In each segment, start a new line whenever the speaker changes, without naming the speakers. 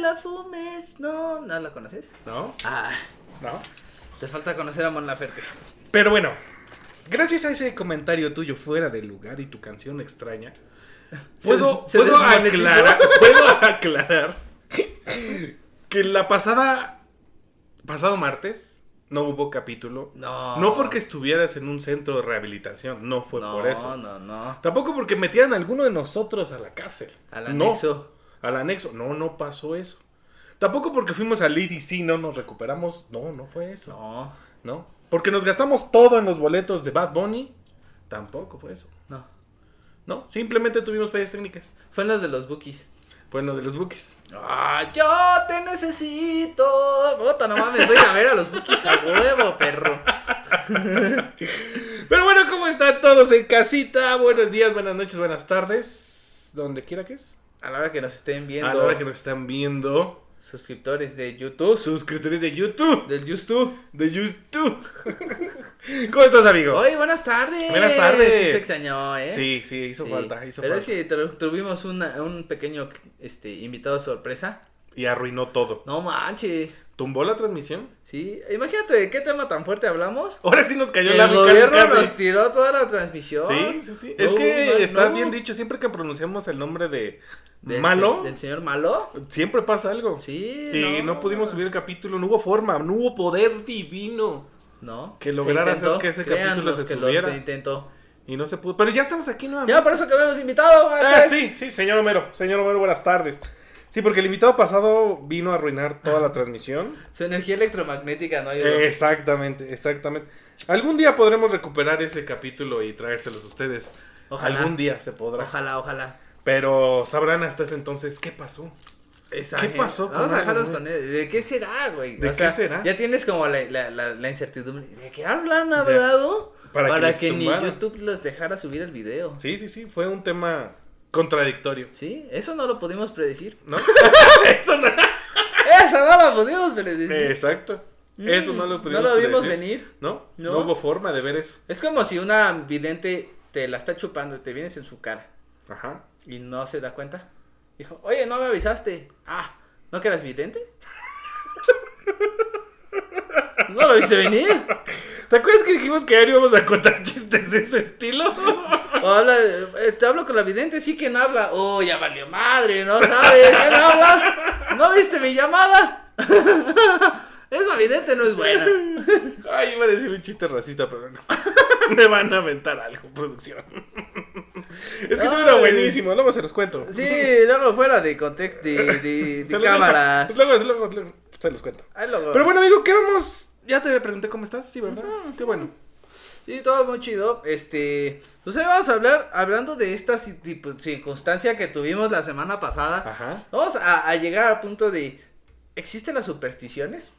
la fumes, no. ¿No la conoces?
¿No?
Ah,
¿No?
te falta conocer a Mon Laferte.
Pero bueno, gracias a ese comentario tuyo fuera de lugar y tu canción extraña, puedo,
se
puedo
desmonetizó.
aclarar, puedo aclarar que la pasada, pasado martes, no hubo capítulo.
No.
No porque estuvieras en un centro de rehabilitación, no fue
no,
por eso.
No, no,
Tampoco porque metieran a alguno de nosotros a la cárcel.
Al
No.
anexo.
al anexo. No, no pasó eso. Tampoco porque fuimos al IDC, no nos recuperamos. No, no fue eso.
No,
¿no? Porque nos gastamos todo en los boletos de Bad Bunny. Tampoco fue eso,
no.
¿no? Simplemente tuvimos fallas técnicas.
Fue en las de los bookies.
Fue en lo de los bookies.
Ah, yo te necesito. Bota, no mames, voy a ir a ver a los bookies a huevo, perro.
Pero bueno, ¿cómo están todos en casita? Buenos días, buenas noches, buenas tardes. Donde quiera que es.
A la hora que nos estén viendo,
A la hora que nos están viendo.
suscriptores de YouTube,
Suscriptores de YouTube.
del YouTube.
De YouTube. ¿Cómo estás, amigo?
Oye, buenas tardes.
Buenas tardes.
Sí, se extrañó, ¿eh?
Sí, sí, hizo
Sí.
falta, hizo
Pero
falta.
es que tu- tuvimos una- un pequeño este, invitado sorpresa.
Y arruinó todo.
No manches.
¿Tumbó la transmisión?
Sí, imagínate de qué tema tan fuerte hablamos.
Ahora sí nos cayó
el
la
gobierno nos tiró toda la transmisión.
Sí, sí, sí. es
No,
que
no,
está
no.
bien dicho, siempre que pronunciamos el nombre de
Del-
Malo,
Del señor Malo.
siempre pasa algo.
Sí.
y no. pudimos subir el capítulo, no hubo forma, no hubo poder divino.
No.
que
se
lograra hacer
intentó.
que ese
Créannos
capítulo se
que
subiera.
Lo, se intentó.
Y no se pudo. Pero ya estamos aquí nuevamente.
Ya, pues, por eso que habíamos invitado.
Ah,
maestras.
sí, sí, señor Homero. Señor Homero, buenas tardes. Sí, porque el invitado pasado vino a arruinar toda la transmisión. Eh,
Su energía electromagnética no ayudó.
Exactamente, exactamente. Algún día podremos recuperar ese capítulo y traérselos a ustedes.
Ojalá.
Algún día se podrá.
Ojalá, ojalá.
Pero sabrán hasta ese entonces qué pasó.
Esa
¿Qué
gente.
pasó con
Vamos a dejarlos
algo,
con ¿De qué será, güey?
¿De qué será?
Ya tienes como la, la, la, la incertidumbre. ¿De qué hablan hablado?
Para
Para,
que les
que, ni
tumbaran.
YouTube los dejara subir el video. ¿Sí?
Sí, sí, sí, fue un tema contradictorio.
Eso no lo pudimos predecir.
¿No? Eso no.
Eso no lo pudimos predecir. Mm.
Exacto. Eso Mm. no lo pudimos
No lo vimos
predecir.
venir.
¿No? no,
No.
hubo forma de ver eso.
Es como si una vidente te la está chupando y te vienes en su cara
Ajá.
y no se da cuenta. Dijo, oye, no me avisaste. Ah, ¿no que eras vidente? no lo viste venir.
¿Te acuerdas que dijimos que ayer íbamos a contar chistes de ese estilo?
O habla, eh, te hablo con la vidente, sí, ¿quién habla? Oh, ya valió madre, no sabes, ¿quién habla? ¿No viste mi llamada? Esa vidente no es buena.
Ay, iba a decir un chiste racista, pero no. Me van a aventar algo, producción. Es que todo era
Ay.
buenísimo, luego se los cuento.
Sí, luego fuera de contexto, de, de,
Se
de
los
cámaras.
dejo. Luego, luego, luego se los cuento.
Ahí luego.
Pero bueno, amigo, ¿qué vamos? Ya te pregunté cómo estás, sí, ¿verdad? Qué bueno.
Sí, todo muy chido. Este, pues ahí vamos a hablar, hablando de esta ci- tipo- circunstancia que tuvimos la semana pasada.
Ajá.
Vamos a, a llegar al punto de, ¿existen las supersticiones?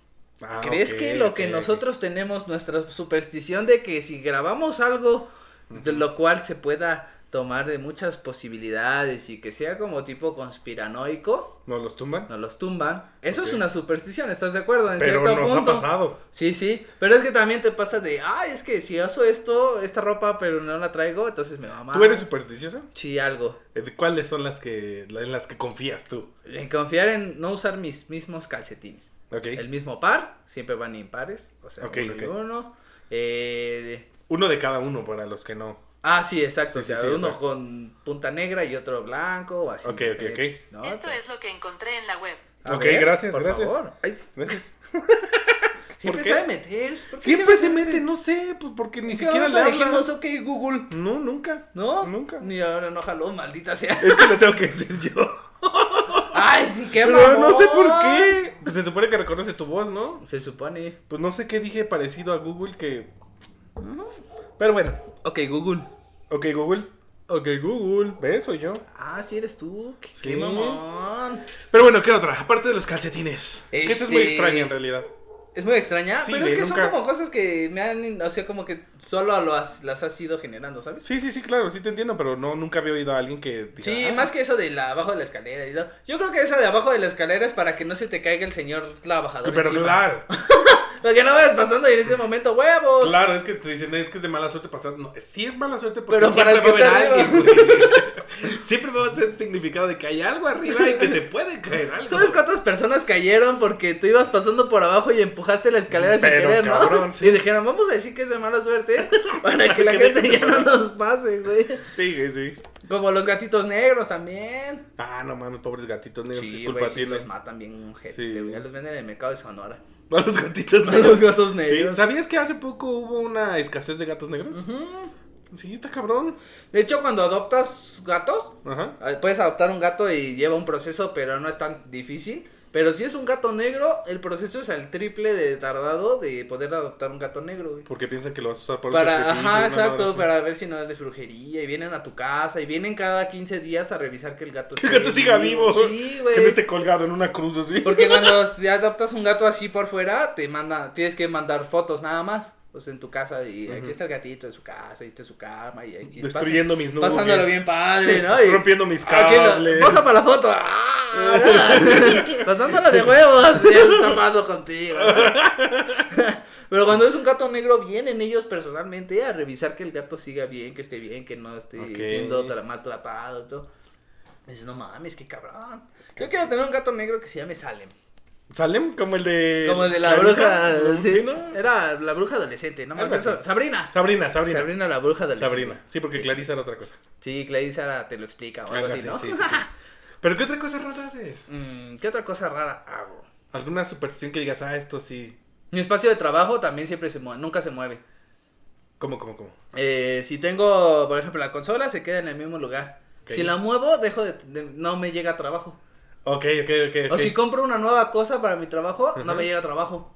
Ah,
¿Crees
ok,
que lo que
ok.
nosotros tenemos, nuestra superstición de que si grabamos algo, de lo cual se pueda tomar de muchas posibilidades y que sea como tipo conspiranoico,
nos los tumban?
nos los tumban? Eso es
Ok.
una superstición, ¿estás de acuerdo? En
Pero
cierto
nos
punto.
ha pasado.
Sí, sí, pero es que también te pasa de, ay, es que si uso esto, esta ropa, pero no la traigo, entonces me va mal.
¿Tú eres supersticiosa?
Sí, algo.
Eh, ¿de ¿Cuáles son las que la- en las que confías tú?
En confiar en no usar mis mismos calcetines.
Ok.
El mismo par, siempre van impares, o sea,
Ok,
uno y
ok.
uno. Eh,
Uno de cada uno para los que no.
ah, sí, exacto,
Sí,
o sea,
sí, sí,
uno
exacto.
con punta negra y otro blanco, o así.
Ok, ok,
diferentes, ¿no?
Esto es lo que encontré en la web.
A
ok,
ver,
gracias,
por
gracias.
favor. Ay,
Gracias.
siempre
qué?
sabe meter. ¿por qué
Siempre se
mete?
mete, no sé, pues porque ni
Nunca
siquiera le hablas.
dijimos, ok, Google.
No, nunca.
¿No?
Nunca.
Ni ahora no jaló, maldita sea.
Es que lo tengo que decir yo.
Ay, sí, qué
Pero
mamón.
no sé por qué. Pues se supone que reconoce tu voz, ¿no?
Se supone.
Pues no sé qué dije parecido a Google que. Pero bueno.
Ok, Google.
Ok, Google.
Ok, Google.
¿Ves? Soy yo.
Ah, sí eres tú. Qué, qué
Sí.
mamón.
Pero bueno, ¿qué otra? Aparte de los calcetines. Que esta es muy
Este-
extraña en realidad.
Es muy extraña,
Sí,
pero es
güey,
que
nunca-
son como cosas que me han, o sea, como que solo lo has- las has ido generando, ¿sabes?
Sí, sí, sí, claro, sí te entiendo, pero no, nunca había oído a alguien que diga,
Sí,
"Ah,
más que eso de la abajo de la escalera. y todo. Yo creo que esa de abajo de la escalera es para que no se te caiga el señor trabajador.
Pero
encima.
claro.
Para que no vayas pasando y en ese momento, huevos.
Claro, es que te dicen, es que es de mala suerte pasar. No, sí es mala suerte porque
Pero para
siempre
el que
va a haber
está
alguien. güey. siempre va a ser significado de que hay algo arriba y que te puede caer algo.
¿Sabes cuántas personas cayeron porque tú ibas pasando por abajo y empujaste la escalera sin
Pero,
querer, no?
cabrón, sí.
Y dijeron, vamos a decir que es de mala suerte para que la
Que
gente ya no nos pase, güey.
Sí, güey, sí.
Como los gatitos negros también.
Ah, no mames, pobres gatitos negros.
Sí,
qué
güey,
culpa
sí los
tienes.
matan bien un gente,
Sí.
güey. Ya los venden en el mercado de Sonora.
A los gatitos
A los
negros.
gatos
Sí,
negros.
¿Sabías que hace poco hubo una escasez de gatos negros? Sí, está cabrón.
De hecho, cuando adoptas gatos,
Ajá.
ah, puedes adoptar un gato y lleva un proceso, pero no es tan difícil. Pero si es un gato negro, el proceso es al triple de tardado de poder adoptar un gato negro, güey.
Porque piensan que lo vas a usar para,
Para,
sacrificio,
ajá,
una madre
exacto,
así.
para ver si no es de brujería y vienen a tu casa y vienen cada 15 días a revisar que el gato
Que el gato
esté
siga vivo.
Sí, güey.
Que no esté colgado en una cruz así.
Porque cuando si adoptas un gato así por fuera, te manda, tienes que mandar fotos nada más. Pues en tu casa y aquí
Ujú.
está el gatito en su casa, y está en su cama y aquí pasa-
Destruyendo mis nubes.
pasándolo bien padre, ¿no? Y-
Rompiendo mis
Aquí lo-
cables.
posa para la foto. ¡Ah! Pasándola de huevos. y él tapado contigo. Pero cuando es un gato negro, vienen ellos personalmente a revisar que el gato siga bien, que esté bien, que no esté
Ok.
siendo tra- maltratado y todo. Y Dices, no mames, qué cabrón. Yo quiero tener un gato negro que se llame Salem.
Salem, como el de.
Como el de la
Charuca,
bruja.
¿no?
sí.
Sí, ¿no?
Era la bruja adolescente, nomás
Algo así.
eso. Sabrina.
Sabrina,
Sabrina.
Sabrina. Sabrina.
la bruja adolescente.
Sí, porque Clarisa era otra cosa.
Sí, Clarissa te lo explica o algo
Algo
así,
así,
¿no?
sí, sí, sí. Pero ¿qué otra cosa rara haces?
Mm, ¿Qué otra cosa rara hago?
¿Alguna superstición que digas, ah, esto sí?
Mi espacio de trabajo también siempre se mueve, nunca se mueve.
¿Cómo, cómo, cómo?
Eh, si tengo, por ejemplo, la consola, se queda en el mismo lugar.
Ok.
Si la muevo, dejo de, de- no me llega a trabajo.
Ok, ok, ok. ok.
O si compro una nueva cosa para mi trabajo,
Ajá.
no me llega a trabajo.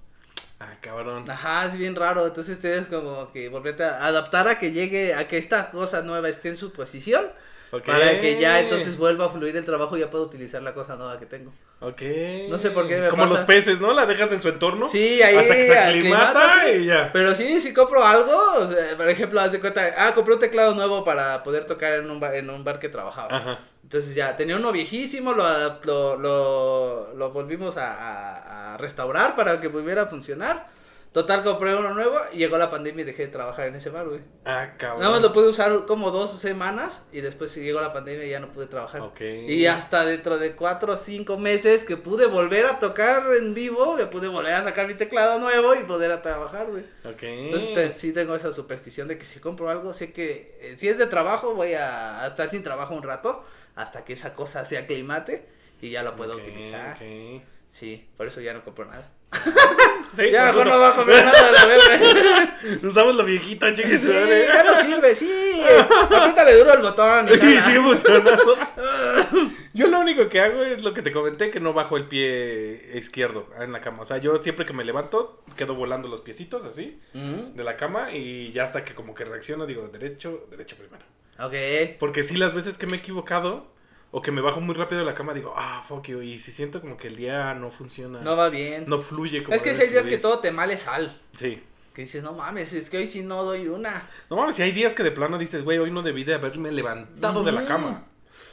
Ah, cabrón.
Ajá, es bien raro. Entonces tienes como que volverte a adaptar a que llegue, a que esta cosa nueva esté en su posición.
Ok.
Para que ya entonces vuelva a fluir el trabajo y ya pueda utilizar la cosa nueva que tengo.
Ok.
No sé por qué me
Como
pasa.
los peces, ¿no? La dejas en su entorno.
Sí, ahí pues.
Hasta que se
aclimátate.
aclimata y ya.
Pero sí, si compro algo, o sea, por ejemplo, haz de cuenta, ah, compré un teclado nuevo para poder tocar en un bar, en un bar que trabajaba.
Ajá.
Entonces ya, tenía uno viejísimo, lo, adap- lo, lo, lo volvimos a, a- a restaurar para que volviera a funcionar. Total, compré uno nuevo y llegó la pandemia y dejé de trabajar en ese bar, güey.
Ah, cabrón.
Nada más lo pude usar como dos semanas y después sí llegó la pandemia y ya no pude trabajar.
Ok.
Y hasta dentro de cuatro o cinco meses que pude volver a tocar en vivo, que pude volver a sacar mi teclado nuevo y poder a trabajar, güey.
Ok.
Entonces te- sí tengo esa superstición de que si compro algo, sé que eh, si es de trabajo voy a, a estar sin trabajo un rato hasta que esa cosa se aclimate y ya la pueda
Ok,
utilizar.
ok.
Sí, por eso ya no compro nada.
Sí,
Ya mejor
nosotros-
no va a comer nada a la verga.
Usamos lo viejito, chingues.
Sí, ya no sirve, sí. Apriétale duro el botón. y jala.
sigue funcionando. Yo lo único que hago es lo que te comenté, que no bajo el pie izquierdo en la cama. O sea, yo siempre que me levanto, quedo volando los piecitos así
Ujú.
de la cama y ya hasta que como que reacciono digo derecho, derecho primero.
Ok.
Porque sí, las veces que me he equivocado o que me bajo muy rápido de la cama digo, ah, fuck you. Y si siento como que el día no funciona,
No
no,
va bien.
fluye como
es que
debe
si hay días que
fluir.
todo te male sal.
Sí.
Que dices, no mames, es que hoy sí no doy una.
No mames, si hay días que de plano dices, güey, hoy no debí de haberme levantado de la
Ujú.
cama.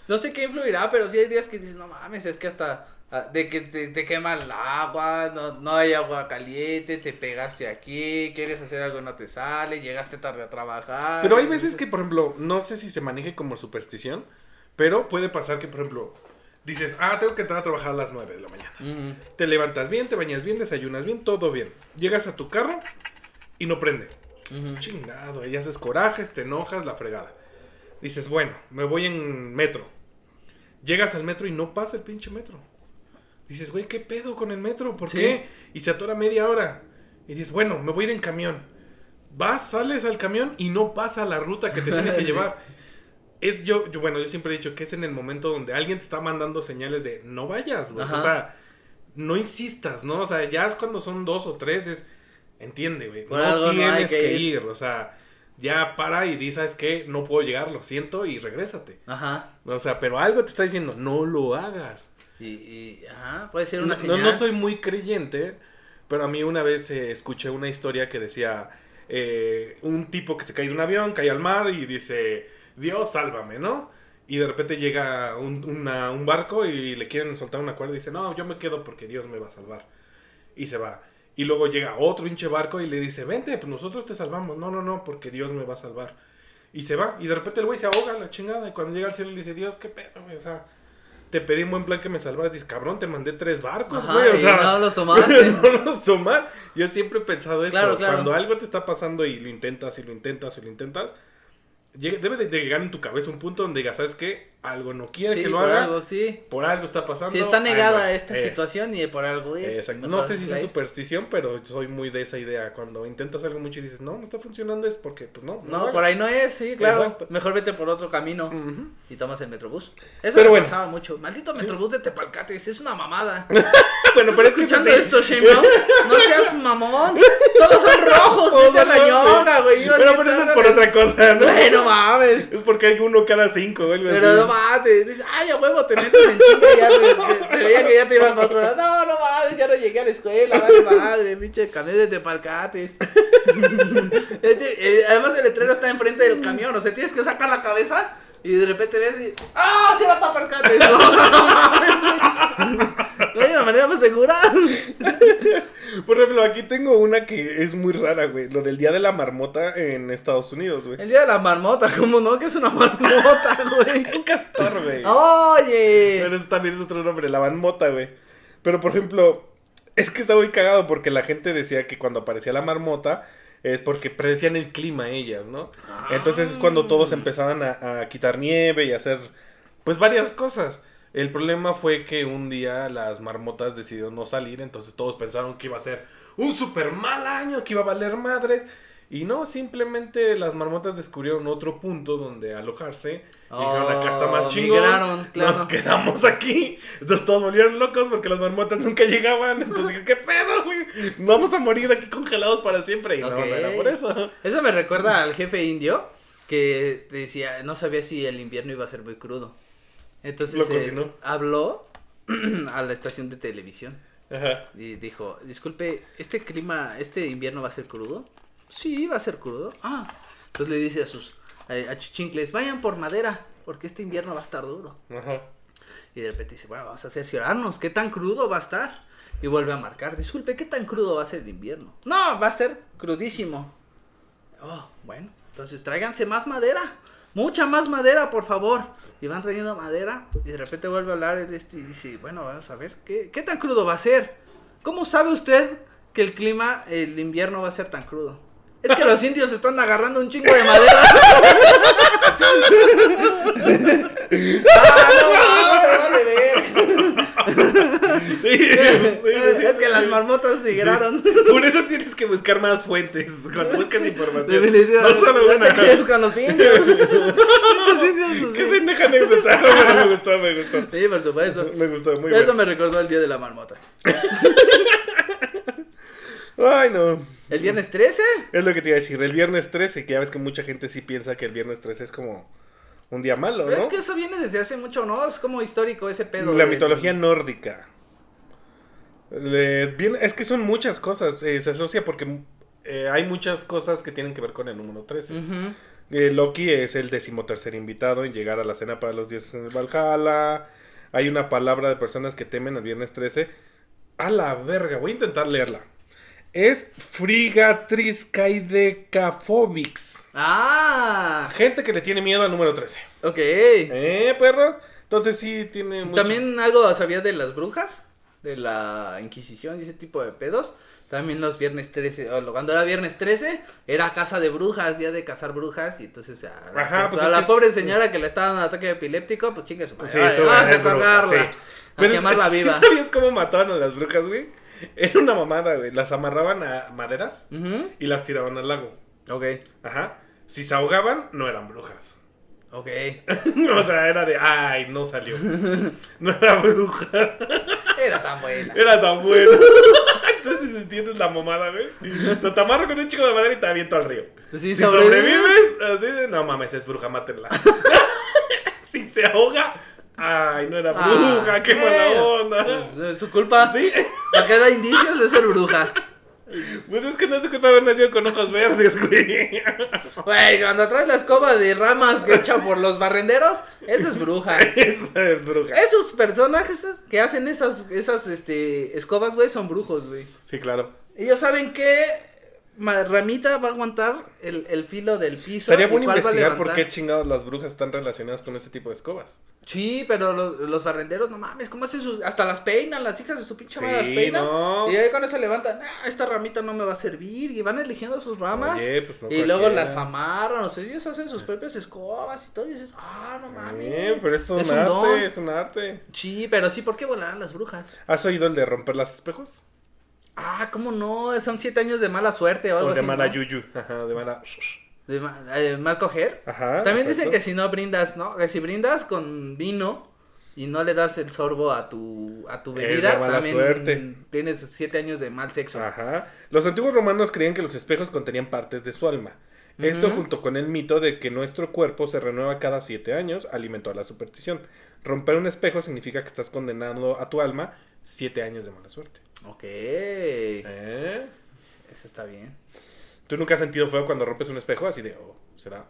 No sé qué influirá, pero sí hay días que dices, no mames, es que hasta ah, de que te, te quema el agua, no, no hay agua caliente, te pegaste aquí, quieres hacer algo y no te sale, llegaste tarde a trabajar.
Pero hay veces que, por ejemplo, no sé si se maneje como superstición, pero puede pasar que, por ejemplo, dices, ah, tengo que entrar a trabajar a las 9 de la mañana.
Ujú.
Te levantas bien, te bañas bien, desayunas bien, todo bien. Llegas a tu carro y no prende.
Ujú.
Chingado, ahí haces corajes, te enojas, la fregada. Dices, bueno, me voy en metro. Llegas al metro y no pasa el pinche metro. Dices, güey, ¿qué pedo con el metro? ¿Por
Sí.
qué? Y se atora media hora. Y dices, bueno, me voy a ir en camión. Vas, sales al camión y no pasa la ruta que te tiene que
Sí.
llevar. Es yo, yo, bueno, yo siempre he dicho que es en el momento donde alguien te está mandando señales de no vayas, güey.
Ajá.
O sea, no insistas, ¿no? O sea, ya es cuando son dos o tres, es. Entiende, güey.
Por
no
algo no
tienes
hay
que,
que
ir. O sea, ya para y di, ¿sabes qué? No puedo llegar, lo siento y regrésate.
Ajá.
O sea, pero algo te está diciendo, no lo hagas.
Y, y- ajá, puede ser
No,
una
no,
señal.
no soy muy creyente, pero a mí una vez eh, escuché una historia que decía eh, un tipo que se cae de un avión, cae al mar y dice, Dios, sálvame, ¿no? Y de repente llega un, una- un barco y le quieren soltar una cuerda y dice, no, yo me quedo porque Dios me va a salvar. Y se va. Y luego llega otro hinche barco y le dice, vente, pues nosotros te salvamos. No, no, no, porque Dios me va a salvar. Y se va. Y de repente el güey se ahoga, la chingada. Y cuando llega al cielo le dice, Dios, qué pedo, güey. O sea, te pedí un buen plan que me salvaras. Dice, cabrón, te mandé tres barcos,
Ajá,
güey. O
y
sea,
no los tomaste.
no los tomar. Yo siempre he pensado eso.
Claro, claro.
Cuando algo te está pasando y lo intentas y lo intentas y lo intentas, llega- debe de llegar en tu cabeza un punto donde digas, ¿sabes qué? Algo no quiere
Sí,
que lo
por
haga.
algo, sí.
Por algo está pasando.
Sí, está negada
algo.
esta
Eh,
situación y por algo es.
Exacto.
Mejor
No sé si
la-
es superstición, pero soy muy de esa idea. Cuando intentas algo mucho y dices, no, no está funcionando, es porque, pues no.
No, por ahí no es, sí, claro.
Exacto.
Mejor vete por otro camino
Ujú.
y tomas el Metrobús. Eso
Pero
me
bueno.
pasaba mucho. Maldito Metrobús de Tepalcates, es una mamada.
Bueno, pero
¿Estás
es que
escuchando
sí.
esto, Shane, ¿no? No seas mamón. Todos son rojos,
Oh,
vete a
no
la
mames.
ñonga, güey. Yo
Pero,
así
pero eso es
trato
por
de-
otra cosa, ¿no?
Bueno, mames.
Es porque hay uno cada cinco, güey. algo
Pero
así.
no mames, dices, ay, a huevo, te metes en chinga y ya te, te- te veía que ya te ibas para otro lado. No, no mames, ya no llegué a la escuela, vale madre, pinche camión de Tepalcates. Este, eh, además, el letrero está enfrente del camión, o sea, tienes que sacar la cabeza y de repente ves y, ¡ah, sí era Tepalcates! No, no mames, güey. No hay una manera más segura.
Por ejemplo, aquí tengo una que es muy rara, güey. Lo del Día de la Marmota en Estados Unidos, güey.
El día de la marmota, ¿cómo no? Que es una marmota, güey.
El castor, güey.
Oh,
Pero
Oye.
eso también es otro nombre, la marmota, güey. Pero, por ejemplo, es que está muy cagado porque la gente decía que cuando aparecía la marmota es porque predecían el clima ellas, ¿no?
Ah.
Entonces es cuando todos empezaban a, a quitar nieve y a hacer, pues, varias cosas. El problema fue que un día las marmotas decidieron no salir, entonces todos pensaron que iba a ser un super mal año, que iba a valer madres. Y no, simplemente las marmotas descubrieron otro punto donde alojarse. y dijeron, acá está más
Oh,
chingón.
migraron, claro.
Nos quedamos aquí. Entonces todos volvieron locos porque las marmotas nunca llegaban. Entonces dije, ¿qué pedo, güey? No vamos a morir aquí congelados para siempre. Y no, no era
Ok.
por eso.
Eso me recuerda al jefe indio que decía, no sabía si el invierno iba a ser muy crudo. Entonces
Lo
eh,
cocinó.
habló a la estación de televisión
Ajá.
y dijo, disculpe, ¿este clima, este invierno va a ser crudo? Sí, va a ser crudo. Ah, entonces le dice a sus eh, achichincles, vayan por madera, porque este invierno va a estar duro.
Ajá.
Y de repente dice, bueno, vamos a cerciorarnos, ¿qué tan crudo va a estar? Y vuelve a marcar, disculpe, ¿qué tan crudo va a ser el invierno? No, va a ser crudísimo. Oh, bueno, entonces tráiganse más madera, mucha más madera, por favor. Y van trayendo madera y de repente vuelve a hablar el este y dice, bueno, vamos a ver, ¿qué, qué tan crudo va a ser? ¿Cómo sabe usted que el clima, el invierno va a ser tan crudo? Es que los indios están agarrando un chingo de madera. Ah, no, mames, vale, ver.
Sí, sí, sí, sí.
Es que las marmotas migraron.
Por eso tienes que buscar más fuentes. Cuando buscas información. Pues, No
Definitivamente.
solo
Ya
una.
te quedas con los indios. Los indios, pues,
Qué
sí.
pendeja anécdota. Bueno, me gustó, me gustó.
Sí, por supuesto.
Me gustó, muy
Eso
bien.
me recordó el día de la marmota.
Ay, no.
El viernes 13.
Es lo que te iba a decir. El viernes 13, que ya ves que mucha gente sí piensa que el viernes 13 es como un día malo, ¿no?
Pero es que eso viene desde hace mucho, ¿no? Es como histórico ese pedo.
La
de-
mitología nórdica. Le- bien- es que son muchas cosas. eh, se asocia porque eh, hay muchas cosas que tienen que ver con el número 13.
Ujú.
Eh, Loki es el decimotercer invitado en llegar a la cena para los dioses en el Valhalla. Hay una palabra de personas que temen el viernes 13. A la verga, voy a intentar leerla. Es frigatriscaidecafobix.
Ah,
Gente que le tiene miedo al número 13.
ok.
¿Eh, perros? Entonces sí tiene mucho-
También algo sabía de las brujas, de la Inquisición y ese tipo de pedos. También los viernes 13, o lo- cuando era viernes 13, era casa de brujas, día de cazar brujas. Y entonces a, la
Ajá,
perso-
pues
a
es
la
que-
pobre señora que le estaba dando ataque epiléptico, pues chingue su madre.
Sí,
vale,
tú
vamos
eres
a
bruja,
colgarla,
sí.
a quemarla
¿sí
viva.
¿Sabías cómo mataban a las brujas, güey? Era una mamada, güey. Las amarraban a maderas
Ujú,
y las tiraban al lago.
Ok,
Ajá. Si se ahogaban, no eran brujas.
ok.
o sea, era de, ay, no salió. No era bruja.
Era tan buena.
Era tan bueno. Entonces entiendes la mamada, güey. O sea, te amarro con un chico de madera y te aviento al río.
Sí,
Si
sobrevives.
sobrevives, así de, no mames, es bruja, mátenla. si se ahoga, ay, no era
Ah,
bruja, qué mala
bueno.
onda.
Pues, Es su culpa.
Sí,
Acá da indicios de ser bruja.
pues es que no es su culpa haber nacido con ojos verdes, güey.
Güey, cuando traes la escoba de ramas que echa por los barrenderos, eso es bruja.
Esa es bruja.
Esos personajes esos que hacen esas, esas este, escobas, güey, son brujos, güey.
Sí, claro.
Ellos saben que ma- Ramita va a aguantar el, el filo del piso.
Sería
y
bueno
cuál va a
investigar por qué
levantar.
chingados las brujas están relacionadas con ese tipo de escobas.
Sí, pero los, los barrenderos, no mames, ¿cómo hacen sus...? Hasta las peinan, las hijas de su pinche madre las
Sí,
peinan.
no.
Y ahí cuando se levantan, "Ah, esta ramita no me va a servir. Y van eligiendo sus ramas.
Oye, pues no
y luego
cualquiera.
las amarran, o sea, ellos hacen sus propias escobas y todo. Y dices, ah, no mames.
Bien, Eh, pero esto es
Es
un
un
arte,
don.
es un arte.
Sí, pero sí, ¿por qué volarán las brujas?
¿Has oído el de romper los espejos?
Ah, ¿cómo no? Son siete años de mala suerte o algo
O de
así,
mala
¿no?
yuyu. Ajá, de mala.
De ma- eh, mal coger.
Ajá.
También dicen
Ah, exacto.
que si no brindas, ¿no? Que si brindas con vino y no le das el sorbo a tu, a tu
Es de
bebida,
mala
también
suerte. Ah.
tienes siete años de mal sexo.
Ajá. Los antiguos romanos creían que los espejos contenían partes de su alma. Esto
Ujú.
junto con el mito de que nuestro cuerpo se renueva cada siete años alimentó a la superstición. Romper un espejo significa que estás condenando a tu alma siete años de mala suerte.
Ok.
¿Eh?
Eso está bien.
¿Tú nunca has sentido feo cuando rompes un espejo? Así de, oh, será.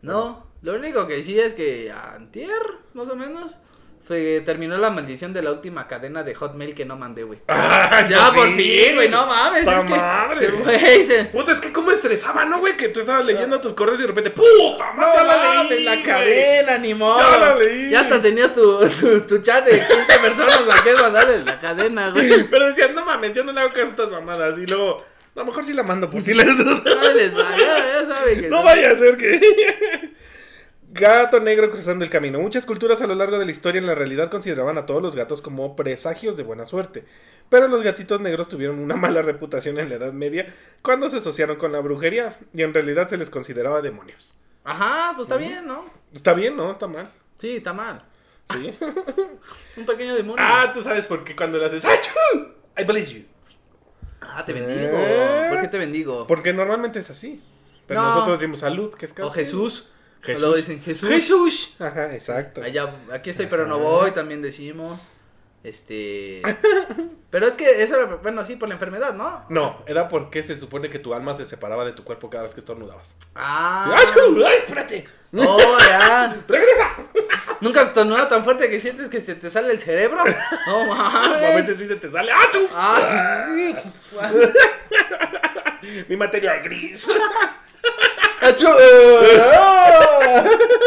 No, lo único que sí es que antier, más o menos, fue- terminó la maldición de la última cadena de Hotmail que no mandé, güey.
Ah,
Ah, ya, por fin, güey, no mames.
¡Ta
es que
madre!
se- güey, se-
Puta, es que cómo estresaba, ¿no, güey? Que tú estabas leyendo tus correos y de repente, ¡puta
No,
madre! ya
mames, la
güey!
cadena, ni modo.
Ya la leí.
Ya hasta tenías tu, tu, tu chat de 15 personas a que mandarle la cadena, güey.
Pero decían, no mames, yo no le hago caso a estas mamadas. Y luego, a lo mejor sí la mando por si las dudas.
No les vale, ya saben que
No
son-
vaya a ser que. Gato negro cruzando el camino. Muchas culturas a lo largo de la historia en la realidad consideraban a todos los gatos como presagios de buena suerte. Pero los gatitos negros tuvieron una mala reputación en la Edad Media cuando se asociaron con la brujería y en realidad se les consideraba demonios.
Ajá, pues está bien, ¿no?
Está bien, ¿no? Está mal.
Sí, está mal.
Sí.
Un pequeño demonio.
ah, tú sabes por qué cuando le haces ¡Achú! I bless you.
Ah, te bendigo.
¿Eh?
¿Por qué te bendigo?
Porque normalmente es así. Pero
No.
nosotros decimos salud, que es casi.
O Jesús.
Jesús.
Luego dicen Jesús.
Jesús. Ajá, exacto.
Allá, aquí estoy pero no voy, también decimos. Este. Pero es que eso era, bueno, sí, por la enfermedad, ¿no?
No, era porque se supone que tu alma se separaba de tu cuerpo cada vez que estornudabas.
Ah.
¡Achú! ¡Ay, espérate!
Oh, ya.
¡Regresa!
Eh. ¿Nunca estornuda tan fuerte que sientes que se te sale el cerebro? No
A
mames.
veces sí se te sale. ¡Achú!
Ah, sí.
Mi materia gris.
Achú, eh, ah.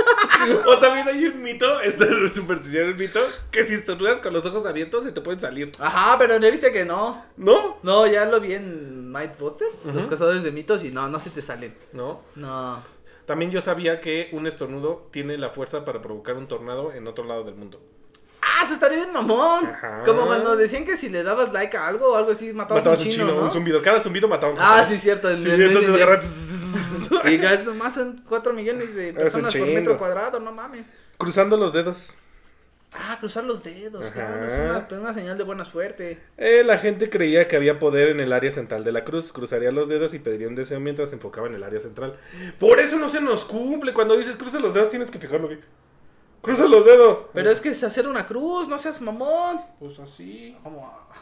o también hay un mito, esta es una superstición, un mito, que si estornudas con los ojos abiertos se te pueden salir.
Ajá, pero ya viste que no.
¿No?
No, ya lo vi en Might Busters, los cazadores de mitos, y no, no se te salen.
No.
No.
También yo sabía que un estornudo tiene la fuerza para provocar un tornado en otro lado del mundo.
Ah, eso estaría bien mamón.
Ajá.
Como cuando decían que si le dabas like a algo o algo así, matabas,
Matabas
un
un
chino,
chino,
¿no?
un zumbido. Cada zumbido mataba un
Ah,
japonés.
sí, cierto. el-
Sí,
el-
entonces
el-
agarras-
Y gas nomás son 4 millones de personas por
chingo.
metro cuadrado, no mames.
Cruzando los dedos.
Ah, cruzar los dedos,
Ajá.
cabrón, es una, es una señal de buena suerte.
Eh, la gente creía que había poder en el área central de la cruz. Cruzaría los dedos y pediría un deseo mientras se enfocaba en el área central. Por eso no se nos cumple. Cuando dices cruza los dedos, tienes que fijarlo bien. ¡Cruza los dedos!
Pero es que es hacer una cruz, no seas mamón.
Pues así.
Como... ah,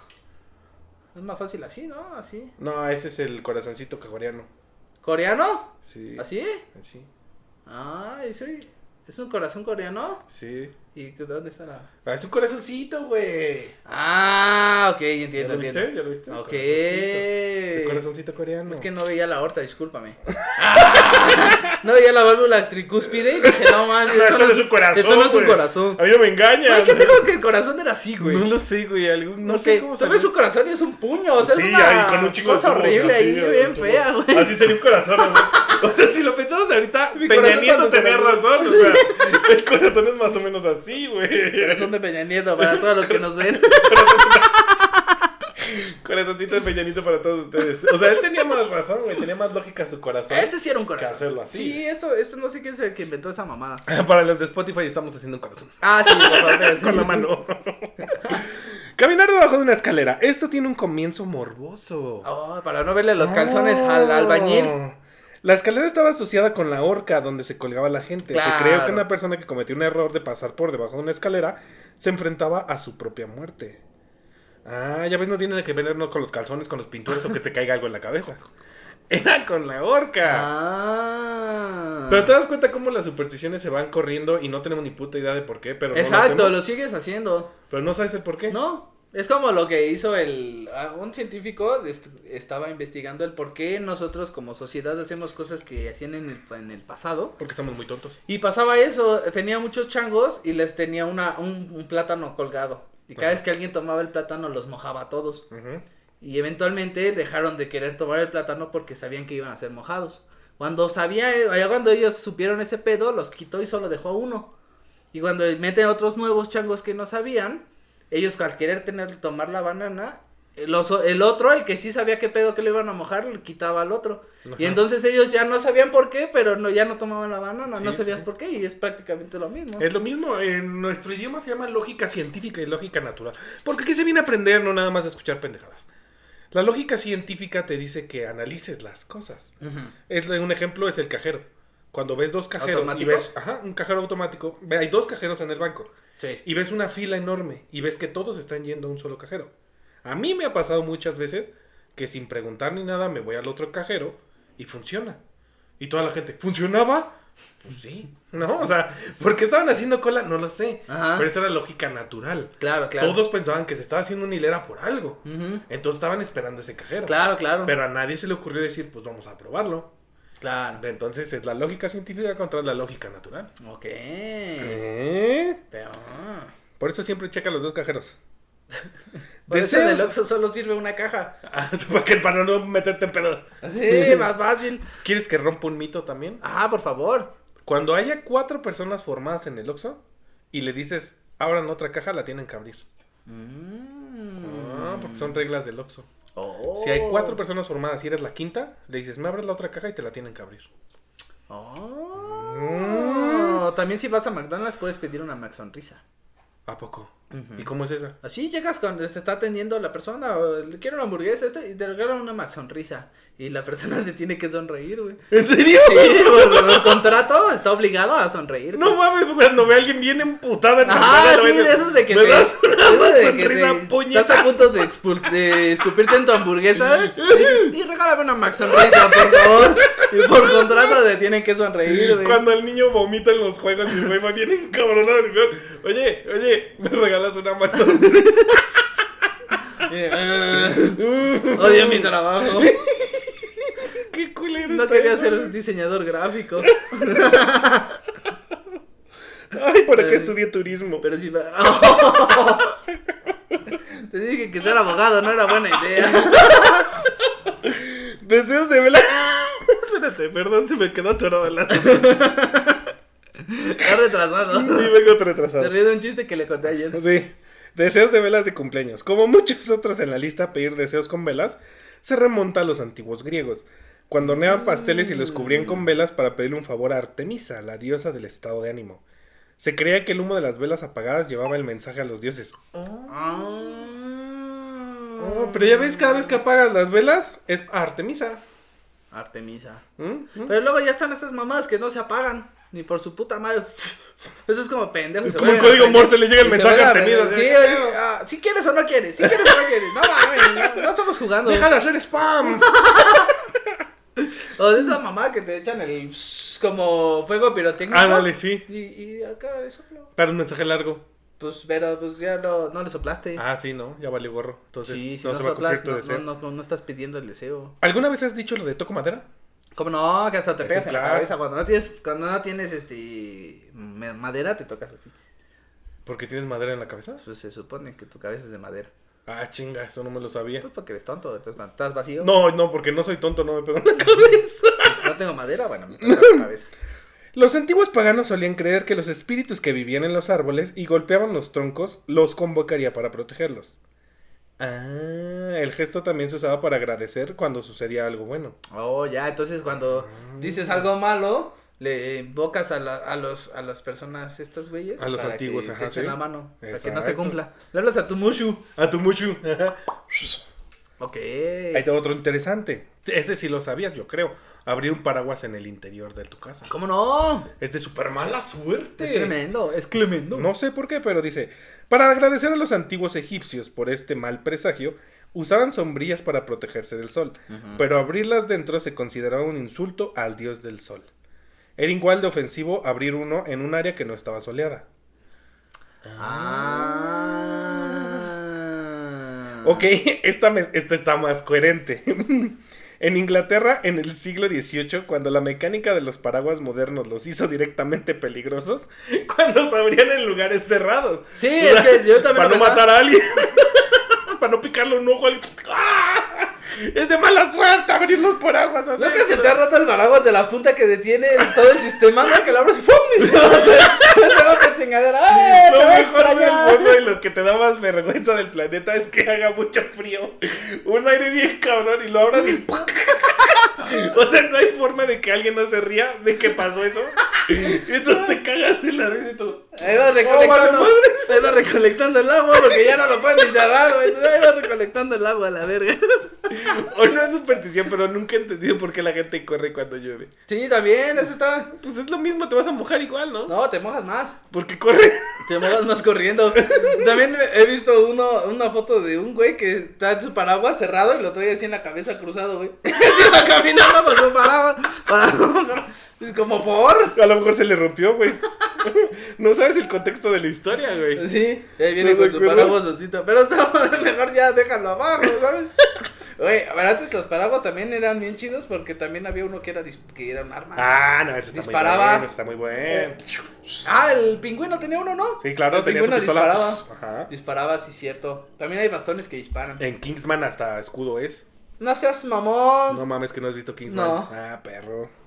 Es más fácil así, ¿no? Así.
No, ese es el corazoncito cajuariano.
¿Coreano?
Sí.
¿Así?
Así.
Ah, sí. ¿Es un corazón coreano?
Sí.
¿Y qué- dónde está la...?
Ah, es un corazoncito, güey.
Ah, ok,
¿Ya
entiendo,
lo
entiendo.
viste? ¿Ya lo viste?
Ok.
Corazoncito. Es el corazoncito coreano.
Es que no veía la aorta, discúlpame. no veía la válvula tricúspide y dije, no man,
No,
esto no es un corazón. Esto no es un
güey.
corazón.
A mí no me
¿Por
engañan.
qué dijo que el corazón era así, güey?
No lo sé, güey. algún- No sé cómo
se
salió.
ve su corazón y es un puño, o sea,
Sí,
es una
ahí con un chico de
cosa
tubo,
horrible
así,
ahí,
de-
bien
tubo.
fea, güey.
Así sería un corazón, güey. O sea, si lo pensamos ahorita, Peña
corazón
Nieto
tanto
tenía
corazón.
razón. O sea, el corazón es más o menos así, güey.
Corazón de Peña Nieto para todos los que nos ven.
Corazoncito de Peña Nieto para todos ustedes. O sea, él tenía más razón, güey. Tenía más lógica su corazón.
Este sí era un corazón.
Que hacerlo así.
Sí, esto, esto no sé quién es el que inventó esa mamada.
Para los de Spotify estamos haciendo un corazón.
Ah, sí, por favor, sí.
Con la mano. Caminar debajo de una escalera. Esto tiene un comienzo morboso.
Oh, para no verle los calzones al albañil.
La escalera estaba asociada con la horca donde se colgaba la gente. Se
Claro.
creó que una persona que cometió un error de pasar por debajo de una escalera se enfrentaba a su propia muerte. Ah, ya ves, no tiene que ver no con los calzones, con los pintores o que te caiga algo en la cabeza. Era con la horca.
Ah.
Pero te das cuenta cómo las supersticiones se van corriendo y no tenemos ni puta idea de por qué, pero no lo
Exacto,
hacemos?
lo sigues haciendo.
pero no sabes el por qué.
¿No? Es como lo que hizo el ah, un científico est- estaba investigando el por qué nosotros como sociedad hacemos cosas que hacían en el, en el pasado.
Porque estamos muy tontos.
Y pasaba eso, tenía muchos changos y les tenía una, un, un plátano colgado. Y cada
Ajá.
vez que alguien tomaba el plátano los mojaba a todos.
Ujú.
Y eventualmente dejaron de querer tomar el plátano porque sabían que iban a ser mojados. Cuando sabía, allá cuando ellos supieron ese pedo, los quitó y solo dejó a uno. Y cuando meten a otros nuevos changos que no sabían, ellos al querer tener tomar la banana, el, oso- el otro, el que sí sabía qué pedo que le iban a mojar, le quitaba al otro. Y
Ajá.
entonces ellos ya no sabían por qué, pero no, ya no tomaban la banana,
Sí,
no
sí,
sabías
sí.
por qué, y es prácticamente lo mismo.
Es lo mismo, en nuestro idioma se llama lógica científica y lógica natural. Porque aquí se viene a aprender, no nada más a escuchar pendejadas. La lógica científica te dice que analices las cosas. Es, un ejemplo es el cajero. Cuando ves dos cajeros y
¿Automático?
ves ajá, un cajero automático, ve, hay dos cajeros en el banco
Sí.
y ves una fila enorme y ves que todos están yendo a un solo cajero. A mí me ha pasado muchas veces que sin preguntar ni nada me voy al otro cajero y funciona. Y toda la gente, ¿funcionaba? Pues sí, ¿no? O sea, porque estaban haciendo cola, no lo sé.
Ajá.
Pero esa era lógica natural.
Claro, claro.
Todos pensaban que se estaba haciendo una hilera por algo.
Ujú.
Entonces estaban esperando ese cajero.
Claro, claro.
Pero a nadie se le ocurrió decir, pues vamos a probarlo.
Claro.
Entonces es la lógica científica contra la lógica natural.
Ok.
¿Eh?
Pero... ah.
Por eso siempre checa los dos cajeros.
Por eso en
Deseos-
el Oxxo solo sirve una caja.
Ah, para, que- para no meterte en pedos.
Sí, más fácil.
¿Quieres que rompa un mito también?
Ajá, por favor.
Cuando haya cuatro personas formadas en el Oxxo y le dices, abran otra caja, la tienen que abrir. Ah, porque son reglas del Oxxo.
Mm. Oh.
Si hay cuatro personas formadas y eres la quinta, le dices, me abres la otra caja y te la tienen que abrir.
Oh. También si vas a McDonald's puedes pedir una Mac sonrisa.
¿A poco? ¿Y cómo es esa?
Así llegas cuando te está atendiendo la persona, o le quiero una hamburguesa esto, y te regalan una Mac sonrisa. Y la persona te tiene que sonreír, güey.
¿En serio?
Sí, por el contrato está obligado a sonreír.
No mames, cuando ve a alguien bien emputada en
Ah,
McDonald's,
sí, de
a veces,
esos de que
¿me
te.
das una
esos de que
sonrisa,
te-
puñeta?
Estás a punto de, expul- de escupirte en tu hamburguesa. Y dices, y regálame una Max sonrisa, por favor. Y por contrato te tienen que sonreír, güey.
Cuando el niño vomita en los juegos y el güey va bien encabronado. y dice, Oye, oye, me regalas una Amazon.
Eh, Odio mi trabajo.
Qué culero.
No
está
quería
eso,
ser
güey.
diseñador gráfico.
Ay, ¿para
Eh.
qué estudié turismo?
Pero sí. va- Te dije que ser abogado no era buena idea.
Deseos de vela. Espérate, perdón, se me quedó atorado el lazo.
Está retrasado.
Sí, vengo
Te
retrasado.
ríe de un chiste que le conté ayer.
Sí. Deseos de velas de cumpleaños. Como muchos otros en la lista, pedir deseos con velas se remonta a los antiguos griegos, cuando horneaban pasteles y los cubrían con velas para pedirle un favor a Artemisa, la diosa del estado de ánimo. Se creía que el humo de las velas apagadas llevaba el mensaje a los dioses. Ah.
Ah.
Oh, pero ya ves, cada vez que apagas las velas es a Artemisa.
Artemisa.
¿Mm? ¿Mm?
Pero luego ya están estas mamadas que no se apagan. Ni por su puta madre. Eso es como pendejo. y
Es
se
como el
vuelven
código
pendejos.
Morse, le llega el
Y se
mensaje
vuelven
al
pendejos.
temido.
Sí, oye, ah, si quieres o no quieres. Si quieres o no quieres. No mames, no, no estamos jugando.
Deja de hacer spam.
O de esa mamada que te echan el. como fuego pirotécnico.
Ándale, Ah, sí.
Y, y acá eso, pero-
Para un mensaje largo.
Pues, pero pues ya no, no le soplaste.
Ah, sí, no, ya vale gorro. Entonces
sí, si
no,
no,
se va a cumplir
soplas,
tu
no,
deseo.
no, no- no estás pidiendo el deseo.
¿Alguna vez has dicho lo de toco madera?
¿Cómo no? Que hasta te
Eso
pegas
es
en la
claro.
cabeza. Cuando no tienes, cuando no tienes este, ma- madera, te tocas así.
¿Porque tienes madera en la cabeza?
Pues se supone que tu cabeza es de madera.
Ah, chinga, eso no me lo sabía.
Pues porque eres tonto, entonces cuando estás vacío.
No, no, porque no soy tonto, no me pego en la cabeza.
pues, no tengo madera, bueno, me toca la cabeza.
Los antiguos paganos solían creer que los espíritus que vivían en los árboles y golpeaban los troncos los convocaría para protegerlos. Ah, el gesto también se usaba para agradecer cuando sucedía algo bueno.
Oh, ya, entonces
Ah.
cuando dices algo malo, le invocas a, la- a los a las personas, estos güeyes.
A los
para
antiguos,
que
ajá,
Te echen
sí.
la mano, para que no se
Exacto.
cumpla. Le hablas a tu mushu.
A tu Ah, mucho.
Ok.
Ahí está otro interesante. Ese sí lo sabías, yo creo. Abrir un paraguas en el interior de tu casa.
¿Cómo no?
Es de super mala suerte.
Es tremendo, es tremendo.
No sé por qué, pero dice, para agradecer a los antiguos egipcios por este mal presagio, usaban sombrillas para protegerse del sol, pero abrirlas dentro se consideraba un insulto al dios del sol. Era igual de ofensivo abrir uno en un área que no estaba soleada.
Ah.
Ok, esta, me- esta está más coherente. En Inglaterra, en el siglo XVIII, cuando la mecánica de los paraguas modernos los hizo directamente peligrosos, cuando se abrían en lugares cerrados.
Sí, es que yo también
Para
lo
no
pensaba.
matar a alguien. para no picarle un ojo a alguien. ¡Ah! Es de mala suerte abrir los paraguas.
¿No que se te arrata el paraguas de la punta que detiene el- todo el sistema? ¿No? Que lo abres y ¡fum! Y se va a hacer, se va a hacer chingadera. ¡Ay, te
lo
voy a
mejor del
extrañar!
mundo y lo que te da más vergüenza del planeta es que haga mucho frío. Un aire bien cabrón y lo abras y. O sea, no hay forma de que alguien no se ría de que pasó eso. Y entonces te cagas en la risa y tú.
Ahí va
Oh,
recolectando,
vale,
ahí va recolectando el agua porque ya no lo pueden ni cerrar, güey. Entonces, Ahí va recolectando el agua a la verga.
O no es superstición, pero nunca he entendido por qué la gente corre cuando llueve.
Sí, también, eso está.
Pues es lo mismo, te vas a mojar igual, ¿no?
No, te mojas más.
Porque corre.
Te muevas más corriendo. También he visto uno, una foto de un güey que está en su paraguas cerrado y lo trae así en la cabeza cruzado, güey. Así va caminando con su paraguas. para no- Es Como por.
A lo mejor se le rompió, güey. No sabes el contexto de la historia, güey.
Sí, ahí viene
No
con
me
su
acuerdo.
paraguas así. ta- Pero está, mejor ya déjalo abajo, ¿sabes? Güey, a ver, antes los paraguas también eran bien chidos porque también había uno que era, dis- que era un arma.
Ah, eh. no, eso está
Disparaba.
muy bueno. Está muy bueno.
Ah, el pingüino tenía uno, ¿no?
Sí, claro,
el
tenía su
pingüino
pistola.
disparaba.
Ajá.
Disparaba, sí, cierto. También hay bastones que disparan.
En Kingsman hasta escudo es.
No seas mamón.
No mames que no has visto Kingsman.
No.
Ah, perro.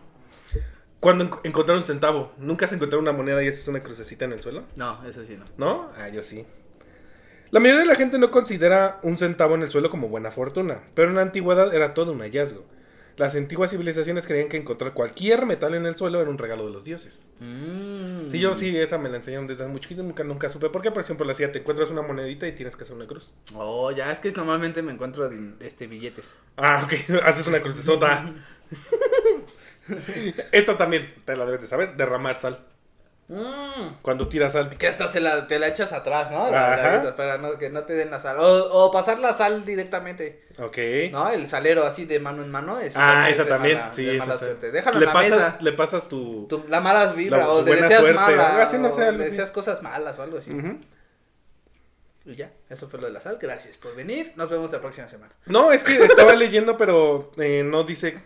Cuando enco- encontrar un centavo, ¿nunca has encontrado una moneda y haces una crucecita en el suelo?
No, eso sí no.
¿No? Ah, yo sí. La mayoría de la gente no considera un centavo en el suelo como buena fortuna, pero en la antigüedad era todo un hallazgo. Las antiguas civilizaciones creían que encontrar cualquier metal en el suelo era un regalo de los dioses. Sí, yo sí, esa me la enseñaron desde muy chiquito, nunca, nunca supe por qué, pero siempre la hacía, te encuentras una monedita y tienes que hacer una cruz.
Mm.
Oh, ya es que normalmente me encuentro din- este billetes.
Ah, ok, haces una crucesota. Esta también, te la debes de saber, derramar sal.
Mm.
Cuando tiras sal.
Que hasta se la, te la echas atrás, ¿no? La- la
Ajá.
avientas para no, que no te den la sal. O, o pasar la sal directamente,
Ok.
¿no? El salero así de mano en mano. es-
ah,
es
esa
de
también,
mala-
sí,
de
esa
mala
sí.
suerte. Déjalo
le
en la
pasas,
mesa.
Le pasas tu...
Tu- la malas vibra
La-
o
tu
le
buena
deseas
suerte,
mala.
algo así, no
o
sé, algo
le
así.
deseas cosas malas o algo así.
Ujú.
Y ya, eso fue lo de la sal. Gracias por venir. Nos vemos la próxima semana.
No, es que estaba leyendo, pero eh, no dice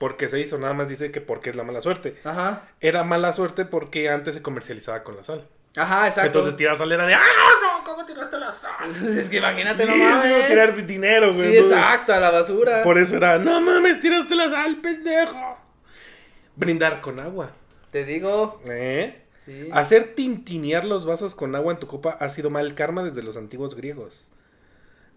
por qué se hizo, nada más dice que porque es la mala suerte.
Ajá.
Era mala suerte porque antes se comercializaba con la sal.
Ajá, exacto.
Entonces tirar sal era de... ¡Ah!
es que imagínate,
Sí,
no
es como
mames.
tirar dinero, güey.
Sí,
entonces-
exacto, a la basura.
Por eso era, no mames, tiraste la sal, pendejo. Brindar con agua.
Te digo.
¿Eh?
Sí.
Hacer tintinear los vasos con agua en tu copa ha sido mal karma desde los antiguos griegos.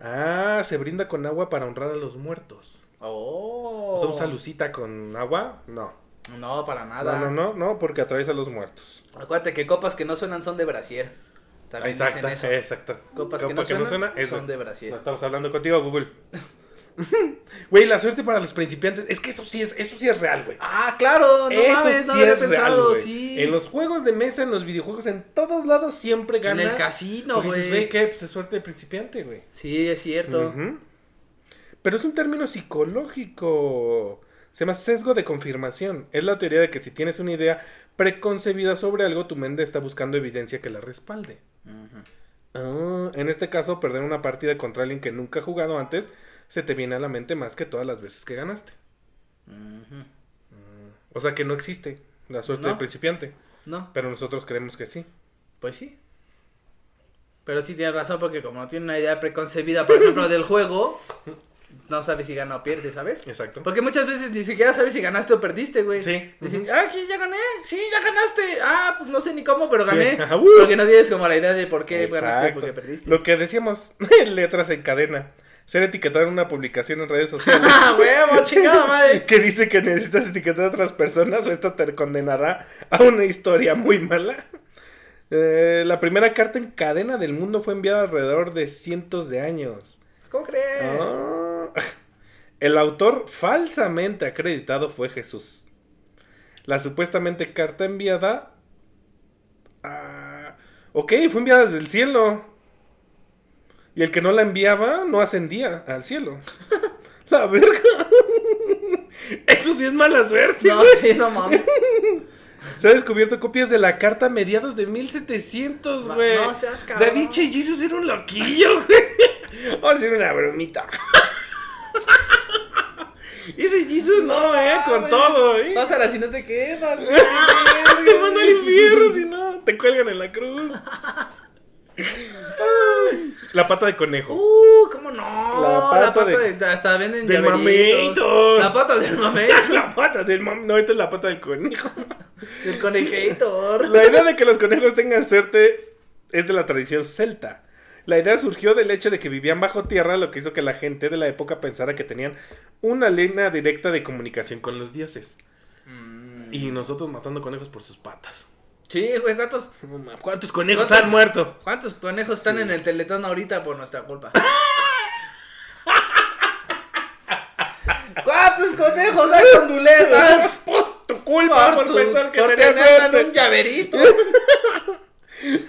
Ah, se brinda con agua para honrar a los muertos.
Oh.
O sea, usa lucita con agua, no.
No, para nada.
No, no, no, no, porque atraes a los muertos.
Acuérdate que copas que no suenan son de brasier. También
Exacto, eh,
dicen eso.
exacto.
Copas que
Copa
no suenan
eso.
son de brasier.
No estamos hablando contigo, Google. Güey, la suerte para los principiantes, es que eso sí es, eso sí es real, güey.
Ah, claro, no
Eso
mames,
sí
no había
es real,
pensado,
güey.
sí.
En los juegos de mesa, en los videojuegos, en todos lados siempre
En
gana.
el casino,
Porque dices, güey,
güey.
¿qué? Pues es suerte de principiante, güey.
Sí, es cierto.
Ujú. Pero es un término psicológico. Se llama sesgo de confirmación. Es la teoría de que si tienes una idea preconcebida sobre algo, tu mente está buscando evidencia que la respalde. Ah, en este caso, perder una partida contra alguien que nunca ha jugado antes se te viene a la mente más que todas las veces que ganaste. Mm, O sea que no existe la suerte
No.
de principiante,
No,
pero nosotros creemos que sí.
pues sí. Pero sí tienes razón porque como no tiene una idea preconcebida, por ejemplo, del juego, no sabes si gana o pierde, ¿sabes?
Exacto.
Porque muchas veces ni siquiera sabes si ganaste o perdiste, güey.
Sí.
Dicen, ah, aquí ya gané, sí, ya ganaste. Ah, pues no sé ni cómo, pero
Sí.
gané.
Ajá, uh.
Porque no tienes como la idea de por qué ganaste o
Exacto.
por qué perdiste.
Lo que decíamos, letras en cadena. Ser etiquetado en una publicación en redes sociales
¡Ah, huevo, chingada madre!
que dice que necesitas etiquetar a otras personas o esta te condenará a una historia muy mala. Eh, la primera carta en cadena del mundo fue enviada alrededor de cientos de años.
¿Cómo crees?
Ah. El autor falsamente acreditado fue Jesús. La supuestamente carta enviada... ah, ok, fue enviada desde el cielo. Y el que no la enviaba no ascendía al cielo. la verga. Eso sí es mala suerte.
No,
güey.
sí, no mames.
Se ha descubierto copias de la carta a mediados de 1700,
No,
güey.
no seas
Da
cabrón.
Vinci Jesus era un loquillo, güey. Vamos a hacer una bromita. Ese Jesus no, eh,
Ah,
con todo, eh.
Pásala si no te quemas.
Te mando al infierno, si no, te cuelgan en la cruz. Ay, La pata de conejo.
Uh, ¿cómo no?
La
La pata,
pata
de,
de-
Hasta venden
del
llaveritos.
mamento.
La pata del mamento.
La pata del mam... No, esta es la pata del conejo.
del conejator.
La idea de que los conejos tengan suerte es de la tradición celta. La idea surgió del hecho de que vivían bajo tierra, lo que hizo que la gente de la época pensara que tenían una línea directa de comunicación con los dioses. Y nosotros matando conejos por sus patas.
Mm. Sí, güey, ¿cuántos,
¿Cuántos conejos
¿Cuántos?
han muerto?
cuántos conejos están en el teletón ahorita por nuestra culpa? ¿Cuántos conejos hay con duletas?
Por tu culpa, por,
tu-
pensar que
por
tenías
tenerla en un
suerte.
llaverito.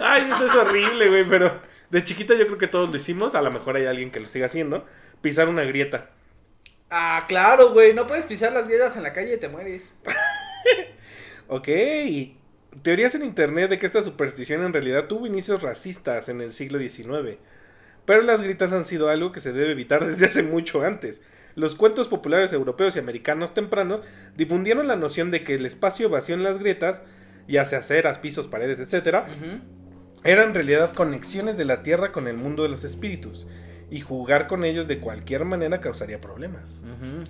Ay, esto es horrible, güey, pero de chiquito yo creo que todos lo hicimos. A lo mejor hay alguien que lo siga haciendo. Pisar una grieta.
Ah, claro, güey. No puedes pisar las grietas en la calle y te mueres.
Ok. Teorías en internet de que esta superstición en realidad tuvo inicios racistas en el siglo XIX. Pero las gritas han sido algo que se debe evitar desde hace mucho antes. Los cuentos populares europeos y americanos tempranos difundieron la noción de que el espacio vacío en las grietas, ya sea aceras, pisos, paredes, etcétera, era en realidad conexiones de la tierra con el mundo de los espíritus. Y jugar con ellos de cualquier manera causaría problemas.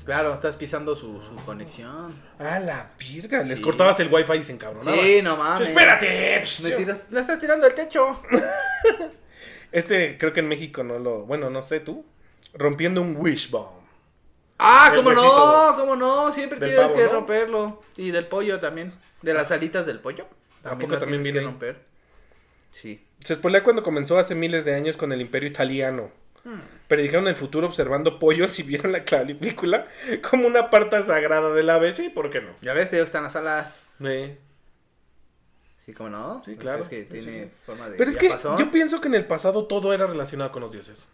Claro, estás pisando su, su conexión.
A la virga. Les
Sí.
cortabas el wifi y se encabronaban.
Sí, no mames.
Espérate.
Me tiras, le estás tirando el techo.
Este creo que en México no lo. Bueno, no sé tú. Rompiendo un wishbone.
Ah,
Del
cómo no,
huesito.
cómo no. Siempre
Del
tienes
pavo,
que
¿no?
romperlo. Y del pollo también. De las alitas del pollo. También
poco
lo
también
tienes que
viene ahí?
romper. Sí.
Se espolea cuando comenzó hace miles de años con el imperio italiano.
Hmm.
Predijeron el futuro observando pollos y vieron la clavícula como una parte sagrada del ave. Sí, ¿por qué no?
Ya ves, te digo que están las alas.
Eh,
Sí, cómo no.
Sí,
Pues
claro.
es que
Sí,
tiene
sí, sí.
forma de.
Pero es
ya
que
pasó.
yo pienso que en el pasado todo era relacionado con los dioses.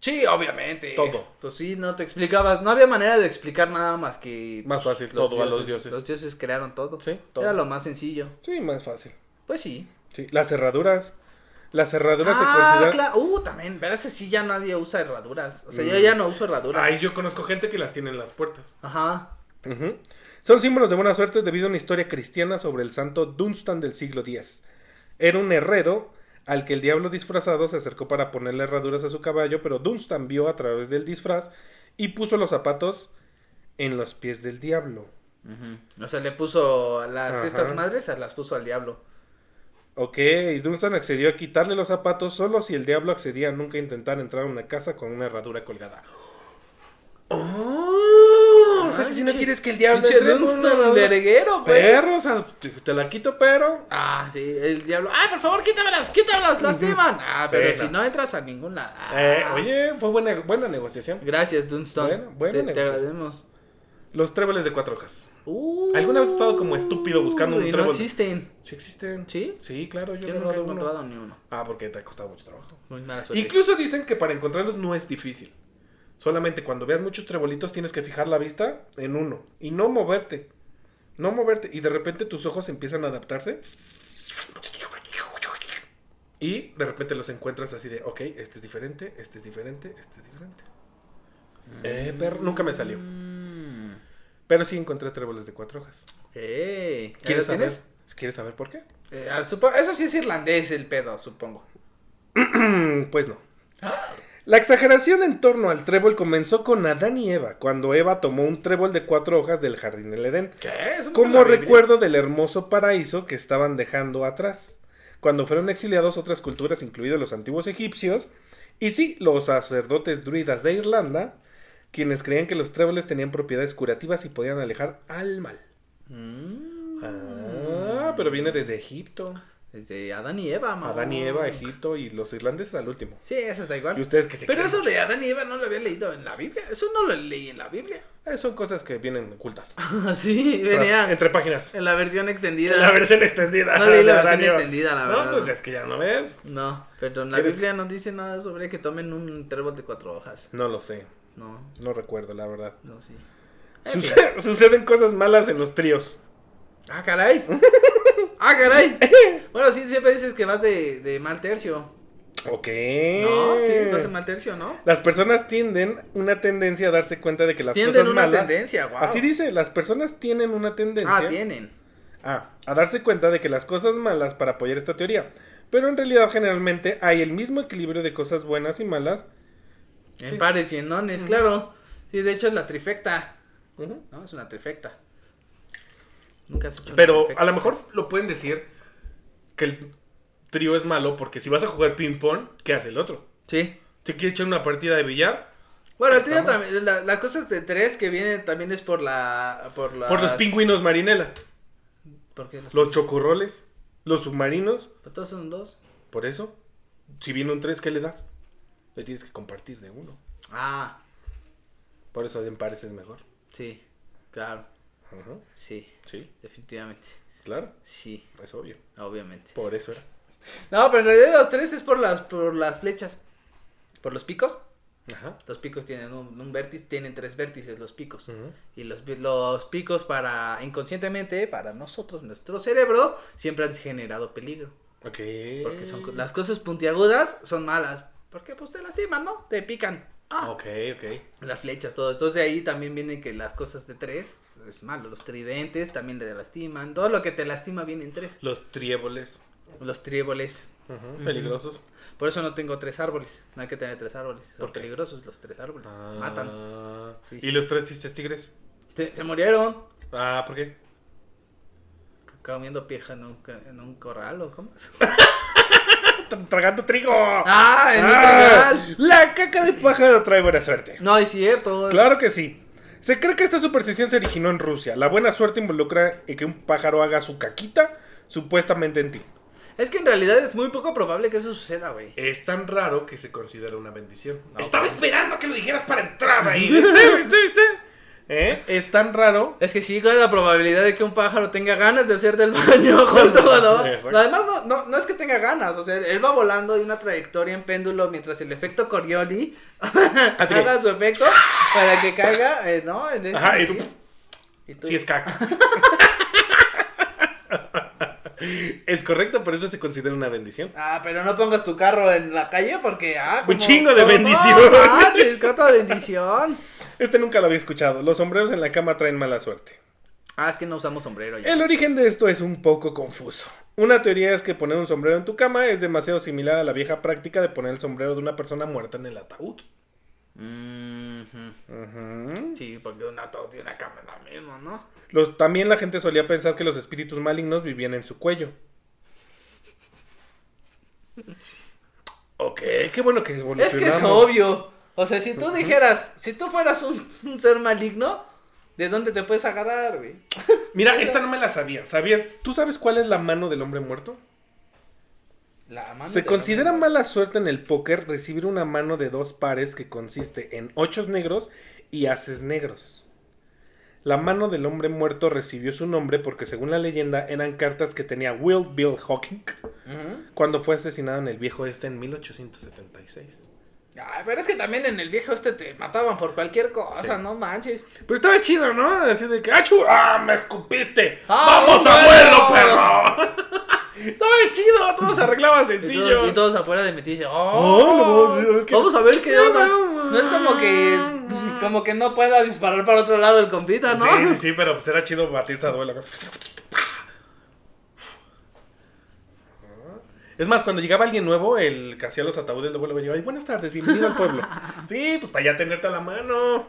Sí, obviamente.
Todo.
Pues sí, no te explicabas. No había manera de explicar nada más que.
Más
pues,
fácil, todo a los dioses.
Los dioses crearon todo.
Sí, todo.
Era lo más sencillo.
Sí, más fácil.
Pues sí.
Sí, las cerraduras. Las cerraduras
ah,
se consideran.
claro. Uh, también. Pero ese sí ya nadie usa herraduras. O sea, yo ya no uso herraduras.
Ay, yo conozco gente que las tiene en las puertas.
Ajá.
Ujú. Son símbolos de buena suerte debido a una historia cristiana sobre el santo Dunstan del siglo X. Era un herrero al que el diablo disfrazado se acercó para ponerle herraduras a su caballo, pero Dunstan vio a través del disfraz y puso los zapatos en los pies del diablo.
O sea, le puso a las
Ajá.
estas madres, a las puso al diablo.
Ok, Dunstan accedió a quitarle los zapatos solo si el diablo accedía a nunca intentar entrar a una casa con una herradura colgada. ¡Oh! o sea que si no
Pinche-
quieres que el diablo
pinche
entre con una
Dunstan,
herradura-
verguero, güey.
Perro, o sea, te- te la quito, pero
Ah, sí, el diablo. ¡Ay, por favor, quítamelas! ¡Quítamelas! ¡Lastiman! Ah,
Sí,
pero
no.
si no entras a ningún lado. Ah.
Eh, oye, fue buena, buena negociación.
Gracias, Dunston.
Bueno, bueno,
te, te
negocios.
agradecemos.
Los tréboles de cuatro hojas.
Uh,
¿Alguna vez has estado como estúpido buscando un
y No
trébol?
existen.
¿Sí existen?
¿Sí?
Sí, claro, yo,
Yo
he
nunca he
robado uno.
encontrado ni uno.
Ah, porque te ha costado mucho trabajo.
Muy mala suerte.
Incluso dicen que para encontrarlos no es difícil. Solamente cuando veas muchos trebolitos tienes que fijar la vista en uno y no moverte. No moverte. Y de repente tus ojos empiezan a adaptarse. Y de repente los encuentras así de, ok, este es diferente, este es diferente, este es diferente. Eh, pero nunca me salió.
Mm,
Pero sí encontré tréboles de cuatro hojas.
ok. Eh, ¿Ya
¿Quieres
lo
saber?
tienes?
¿Quieres saber por qué?
Eh, ah, supo- Eso sí es irlandés el pedo, supongo.
pues no. La exageración en torno al trébol comenzó con Adán y Eva, cuando Eva tomó un trébol de cuatro hojas del jardín del Edén,
¿Qué? Eso no está en
como
la Biblia.
recuerdo del hermoso paraíso que estaban dejando atrás. Cuando fueron exiliados otras culturas, incluidos los antiguos egipcios, y sí, los sacerdotes druidas de Irlanda, quienes creían que los tréboles tenían propiedades curativas y podían alejar al mal.
Mm,
Ah, pero viene desde Egipto.
desde Adán y Eva, mamá.
Adán y Eva, Egipto y los irlandeses al último.
Sí, eso está igual.
Y ustedes que se
Pero
creen
eso de Adán y Eva no lo había leído en la Biblia. Eso no lo leí en la Biblia. Ah,
Eh, son cosas que vienen ocultas.
sí,
Tras-
venía
entre páginas.
en la versión extendida.
La versión extendida.
No leí la
de
versión
Aranio.
extendida, la verdad.
No, pues es que ya no ves.
No, pero en la
¿Quieres
Biblia no dice nada sobre que tomen un trébol de cuatro hojas.
No lo sé.
No,
No recuerdo, la verdad.
no, sí. En fin.
Suce- Suceden cosas malas en los tríos.
Ah, caray. Ah, caray. Bueno, sí, siempre dices que vas de, de mal tercio.
Ok.
No, sí,
Eh.
vas en mal tercio, ¿no?
Las personas tienden una tendencia a darse cuenta de que las
Tienden
cosas
una
malas.
tendencia, wow.
Así dice, las personas tienen una tendencia
Ah, tienen.
a, a darse cuenta de que las cosas malas para apoyar esta teoría. Pero en realidad generalmente hay el mismo equilibrio de cosas buenas y malas.
En pares y en nones, claro. Sí, de hecho es la trifecta.
Ujú.
No, es una trifecta. Nunca has hecho una
Pero
trifecta.
a lo mejor lo pueden decir que el trío es malo porque si vas a jugar ping pong, ¿qué hace el otro?
Sí.
Si quieres echar una partida de billar,
Bueno, el trío
Está
también, la- las cosas de tres que vienen también es por la, por las...
por los pingüinos marinela,
¿Por qué los-
los chocorroles, los submarinos,
¿Todos son dos?
Por eso, si viene un 3, ¿qué le das? Le tienes que compartir de uno.
Ah,
Por eso en pares es mejor.
sí, claro,
Ajá.
sí,
Sí,
definitivamente,
claro,
sí,
es obvio.
obviamente.
Por eso era.
No, pero en realidad los tres es por las, por las flechas, por los picos.
Ajá.
Los picos tienen un, un vértice, tienen tres vértices los picos.
Ujú.
Y los, vi- los picos para, inconscientemente, para nosotros, nuestro cerebro, siempre han generado peligro.
Ok.
Porque son, co- las cosas puntiagudas son malas. Porque pues te lastiman, ¿no? Te pican.
Ah, ok, ok.
Las flechas, todo. Entonces de ahí también viene que las cosas de tres es malo. Los tridentes también te lastiman. Todo lo que te lastima viene en tres.
Los triéboles.
Los tríboles.
Ajá. Peligrosos.
Por eso no tengo tres árboles. No hay que tener tres árboles. Son
¿Por qué?
peligrosos los tres árboles.
Ah.
Matan. Sí,
¿Y
sí.
los tres tristes tigres?
Se, se murieron
Ah, ¿por qué?
c- comiendo pieja en un, ca- en un corral o cómo. es?
Están tragando trigo.
¡Ah! ¡En un
¡Ah!
corral!
La caca de pájaro trae buena suerte.
No, es cierto.
Claro que sí. Se cree que esta superstición se originó en Rusia. La buena suerte involucra en que un pájaro haga su caquita supuestamente en ti.
Es que en realidad es muy poco probable que eso suceda, güey.
Es tan raro que se considera una bendición.
No, pues.
Estaba esperando que lo dijeras para entrar ahí. ¿Viste? ¿Viste? ¿Viste? ¿Eh? Es tan raro.
Es que sí, con la probabilidad de que un pájaro tenga ganas de hacer del baño, justo cuando va.
Exacto.
No, Además, no, no, no es que tenga ganas, o sea, él va volando y una trayectoria en péndulo mientras el efecto Coriolis
ti.
haga su efecto para que caiga, eh, ¿no? En ese-
Ajá, y tú-
sí. Y tú-
Sí, es caca. es correcto, por eso se considera una bendición.
Ah, pero no pongas tu carro en la calle porque, ah,
Un chingo de bendición.
No, Ah, manches, cuánta bendición.
Este nunca lo había escuchado. Los sombreros en la cama traen mala suerte.
Ah, es que no usamos sombrero ya.
El origen de esto es un poco confuso. Una teoría es que poner un sombrero en tu cama es demasiado similar a la vieja práctica de poner el sombrero de una persona muerta en el ataúd.
Mhm.
Ujú.
Sí, porque un ataúd y una cama es lo mismo, ¿no?
Los- también la gente solía pensar que los espíritus malignos vivían en su cuello. Ok, qué bueno que
Es que es
evolucionamos.
obvio. O sea, si tú dijeras, si tú fueras un, un ser maligno, ¿de dónde te puedes agarrar, güey?
Mira, esta no me la sabía. ¿Sabías? ¿Tú sabes cuál es la mano del hombre muerto?
La mano
Se
de-
considera mala suerte en el póker recibir una mano de dos pares que consiste en ochos negros y haces negros. La mano del hombre muerto recibió su nombre porque según la leyenda eran cartas que tenía Will Bill Hawking
Ujú.
cuando fue asesinado en el viejo este en 1876.
Ay, pero es que también en el viejo este te mataban por cualquier cosa, no manches.
Pero estaba chido, ¿no? Así de que ¡Achu! ¡Ah, me escupiste!
¡Ah,
¡Vamos,
bueno!
abuelo, perro! estaba chido, todo se arreglaba
Y
sencillo.
todos, y todos afuera de metiche.
Oh, no, sí, es que-
Vamos a ver qué
Qué
onda.
bravo.
No es como que como que no pueda disparar para otro lado el compita, ¿no?
Sí, sí, sí, pero pues era chido batirse a duelo. Es más, cuando llegaba alguien nuevo, el que hacía los ataúdes de vuelo venía, ay, buenas tardes, bienvenido al pueblo. Sí, pues para ya tenerte a la mano.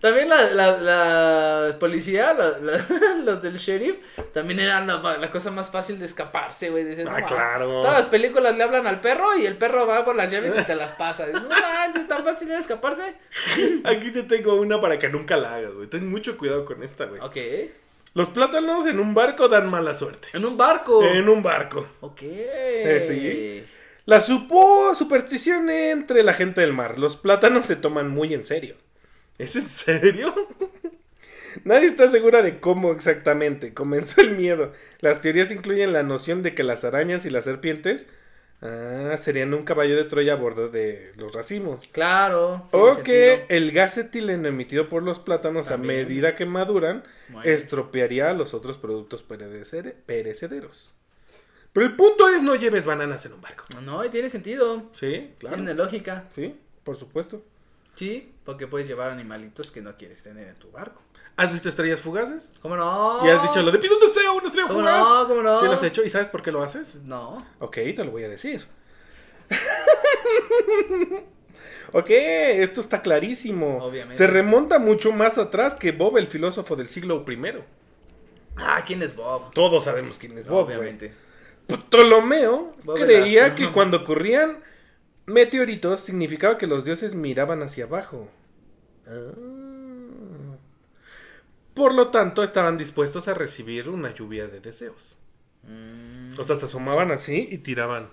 También la, la, la policía, la- la- los del sheriff, también era la, la cosa más fácil de escaparse, güey. Dices,
Ah,
mames.
claro.
Todas las películas le hablan al perro y el perro va por las llaves y te las pasa. Dices, no manches, tan fácil era escaparse.
Aquí te tengo una para que nunca la hagas, güey. Ten mucho cuidado con esta, güey.
Ok.
Los plátanos en un barco dan mala suerte.
En un barco.
En un barco.
Ok.
sí. La supo superstición entre la gente del mar. Los plátanos se toman muy en serio. ¿Es en serio? Nadie está segura de cómo exactamente comenzó el miedo. Las teorías incluyen la noción de que las arañas y las serpientes ah, serían un caballo de Troya a bordo de los racimos.
Claro. tiene
O que
sentido.
el gas etileno emitido por los plátanos a
También.
medida que maduran
Bueno. pues.
estropearía los otros productos perecer- perecederos. Pero el punto es no lleves bananas en un barco.
No, y tiene sentido.
Sí, claro.
Tiene lógica.
Sí, por supuesto.
Sí, porque puedes llevar animalitos que no quieres tener en tu barco.
¿Has visto estrellas fugaces?
¿Cómo no?
Y has dicho lo de pido un deseo, una estrella
Oh. ¿Cómo
fugaz.
no? ¿Cómo no?
Sí lo has hecho. ¿Y sabes por qué lo haces?
No.
Ok, te lo voy a decir. ok, esto está clarísimo.
Obviamente.
Se remonta mucho más atrás que Bob, el filósofo del siglo I.
Ah, ¿quién es Bob?
Todos sabemos quién es Bob. güey.
Obviamente.
Pues, Ptolomeo
Bob
creía
Velasco.
que cuando ocurrían meteoritos significaba que los dioses miraban hacia abajo. Ah. Por lo tanto, estaban dispuestos a recibir una lluvia de deseos. O sea, se asomaban así y tiraban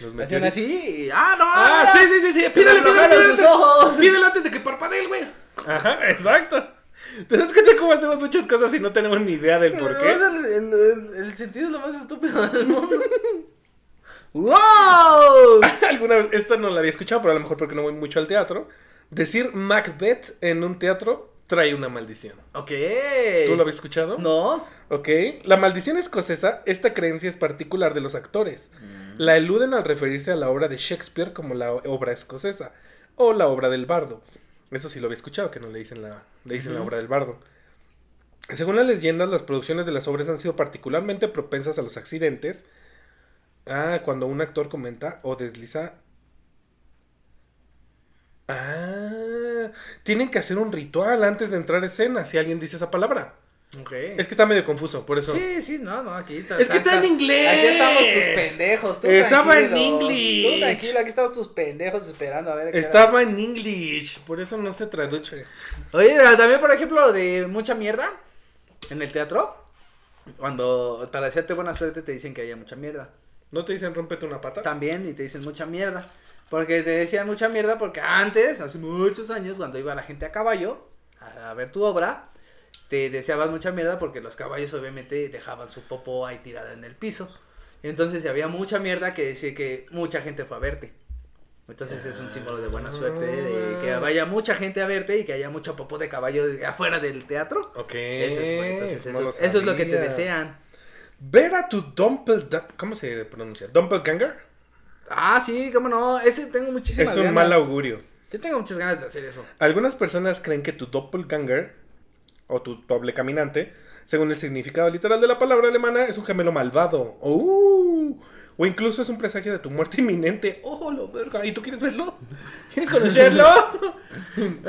los
Hacían
meteoritos.
así. y- ¡Ah, no!
Ah, sí,
mira!
sí, sí, sí.
Se
Pídele,
le
pídele,
aflojaron
pídele.
sus ojos.
Antes, pídele antes de que parpadee, güey. Ajá, exacto. ¿Te das cuenta cómo hacemos muchas cosas y no tenemos ni idea del por qué?
El, el- el sentido es lo más estúpido del mundo. ¡Wow!
Alguna vez, esta no la había escuchado, pero a lo mejor porque no voy mucho al teatro. Decir Macbeth en un teatro trae una maldición.
Ok.
¿Tú lo habías escuchado?
Eh, No.
Ok. La maldición escocesa, esta creencia es particular de los actores. La eluden al referirse a la obra de Shakespeare como la o- obra escocesa o la obra del bardo. Eso sí lo había escuchado, que no le dicen la, le dicen la
Ujú.
obra del bardo. Según las leyendas, las producciones de las obras han sido particularmente propensas a los accidentes. Ah, cuando un actor comenta o desliza. Ah, tienen que hacer un ritual antes de entrar a escena si alguien dice esa palabra.
Ok.
Es que está medio confuso, por eso.
Sí, sí, no, no, aquí está.
Es que está en inglés.
Aquí estamos tus pendejos. Tú
Estaba
tranquilo.
en inglés.
Tú tranquilo, aquí estamos tus pendejos esperando a ver. a qué hora-
Estaba en English, por eso no se traduce.
Oye, también, por ejemplo, de mucha mierda en el teatro. Cuando para hacerte buena suerte te dicen que haya mucha mierda.
¿No te dicen rompete una pata?
También y te dicen mucha mierda. Porque te decían mucha mierda porque antes, hace muchos años, cuando iba la gente a caballo a, a ver tu obra, te deseabas mucha mierda porque los caballos obviamente dejaban su popó ahí tirada en el piso. Entonces si había mucha mierda que decía que mucha gente fue a verte. Entonces es un símbolo de buena suerte, de
Ah.
que vaya mucha gente a verte y que haya mucho popó de caballo de- afuera del teatro.
Ok.
Eso es, bueno, entonces,
no
eso- eso
Eh, sabía.
es lo que te desean.
Ver a tu dumpel... ¿Cómo se pronuncia? ¿Doppelganger?
Ah, sí, cómo no. Ese tengo muchísimas
Es un
ganas.
mal augurio.
Yo tengo muchas ganas de hacer eso.
Algunas personas creen que tu doppelganger o tu doble caminante, según el significado literal de la palabra alemana, es un gemelo malvado. ¡Oh! O incluso es un presagio de tu muerte inminente. ¡Oh, lo verga! ¿Y tú quieres verlo? ¿Quieres conocerlo?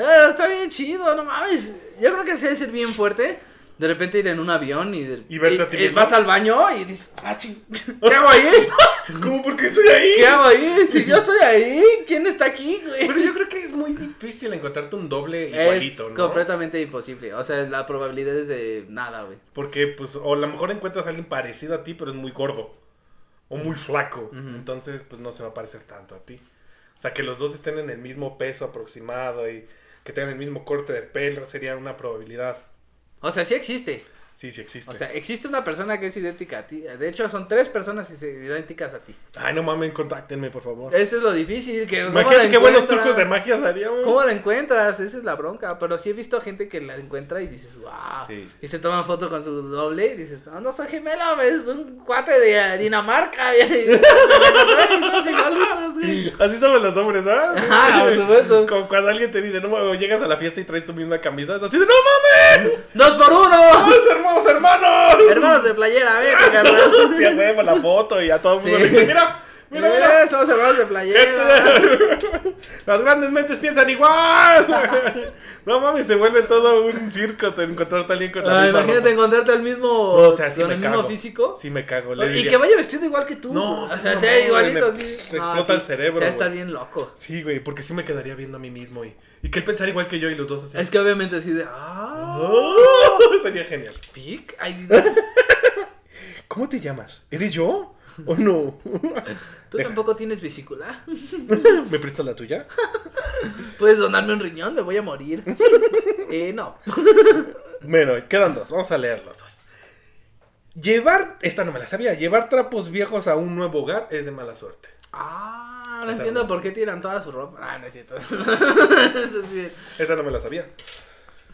Eh, está bien chido, no mames. Yo creo que se debe ser bien fuerte. De repente ir en un avión y, de-
Y verte a ti
y- eh,
mismo.
vas al baño y dices,
Ah, ching.
¿qué hago ahí?
¿Cómo? ¿Por qué estoy ahí?
¿Qué hago ahí? Si yo estoy ahí, ¿quién está aquí? güey?
Pero yo creo que es muy difícil encontrarte un doble igualito,
Es
¿no?
completamente imposible. O sea, la probabilidad es de nada, güey.
Porque, pues, o a lo mejor encuentras a alguien parecido a ti, pero es muy gordo. O muy flaco. Entonces, pues, no se va a parecer tanto a ti. O sea, que los dos estén en el mismo peso aproximado y que tengan el mismo corte de pelo sería una probabilidad.
O sea, sí existe.
Sí, sí existe.
O sea, existe una persona que es idéntica a ti. De hecho, son tres personas y se- idénticas a ti.
Ay, no mames, contáctenme, por favor.
Eso es lo difícil. Que ¿cómo la
Imagínate qué buenos
encuentras?
trucos de magia haríamos.
¿Cómo la encuentras? Esa es la bronca. Pero sí he visto gente que la encuentra y dices, wow.
Sí.
Y se toman foto con su doble y dices, no, no soy gemelo, es un cuate de Dinamarca. Y, son igualitos, güey.
Así somos los hombres, ¿verdad?
Ajá, por supuesto.
Como cuando alguien te dice, no mames, llegas a la fiesta y traes tu misma camisa, es así de, no mames,
¡Dos por uno!
¡Vamos, hermanos, hermanos.
Hermanos de playera, vete, carnal.
Sí, a huevo, la foto y a todo el mundo
Sí.
le dice, mira, mira, mira.
Eh, somos hermanos de playera.
Las grandes mentes piensan igual. No mames, se vuelve todo un circo te encontrarte a alguien con la
Ah,
misma
imagínate
ropa.
encontrarte al mismo.
No, o sea, sí
con
me
el
cago.
mismo físico.
Sí me cago. Le
Y
diría,
que vaya vestido igual que tú.
No,
o
seas
sea,
mamón,
sea igualito.
güey, me-
sí.
me
No,
explota
sí.
el cerebro,
O sea, está
güey.
bien loco.
Sí, güey, porque sí me quedaría viendo a mí mismo y, y que él pensara igual que yo y los dos así.
Es que obviamente así de. ¡Ah!
Oh, estaría genial.
pic. Ay,
¿Cómo te llamas? ¿Eres yo o no?
Tú tampoco tienes vesícula.
¿Me prestas la tuya?
Puedes donarme un riñón, me voy a morir. eh, no.
Bueno, quedan dos. Vamos a leer los dos. Llevar, esta no me la sabía, llevar trapos viejos a un nuevo hogar es de mala suerte.
Ah, no
Esa
entiendo
no.
por qué tiran toda su ropa. Ah, no es cierto. Eso sí.
Esa no me la sabía.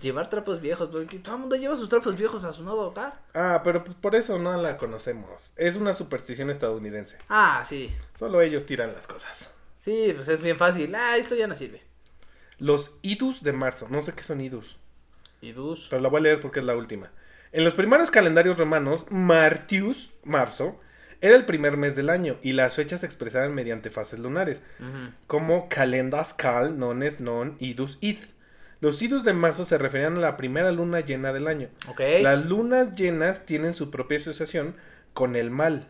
Llevar trapos viejos, porque todo el mundo lleva sus trapos viejos a su nuevo hogar.
Ah, pero pues por eso no la conocemos. Es una superstición estadounidense.
Ah, sí.
Solo ellos tiran las cosas.
Sí, pues es bien fácil. Ah, esto ya no sirve.
Los idus de marzo. No sé qué son idus.
Y dus.
Pero la voy a leer porque es la última. En los primeros calendarios romanos, Martius, marzo, era el primer mes del año y las fechas se expresaban mediante fases lunares, como calendas cal, nones, non, idus, id. Los idus de marzo se referían a la primera luna llena del año.
Ok.
Las lunas llenas tienen su propia asociación con el mal,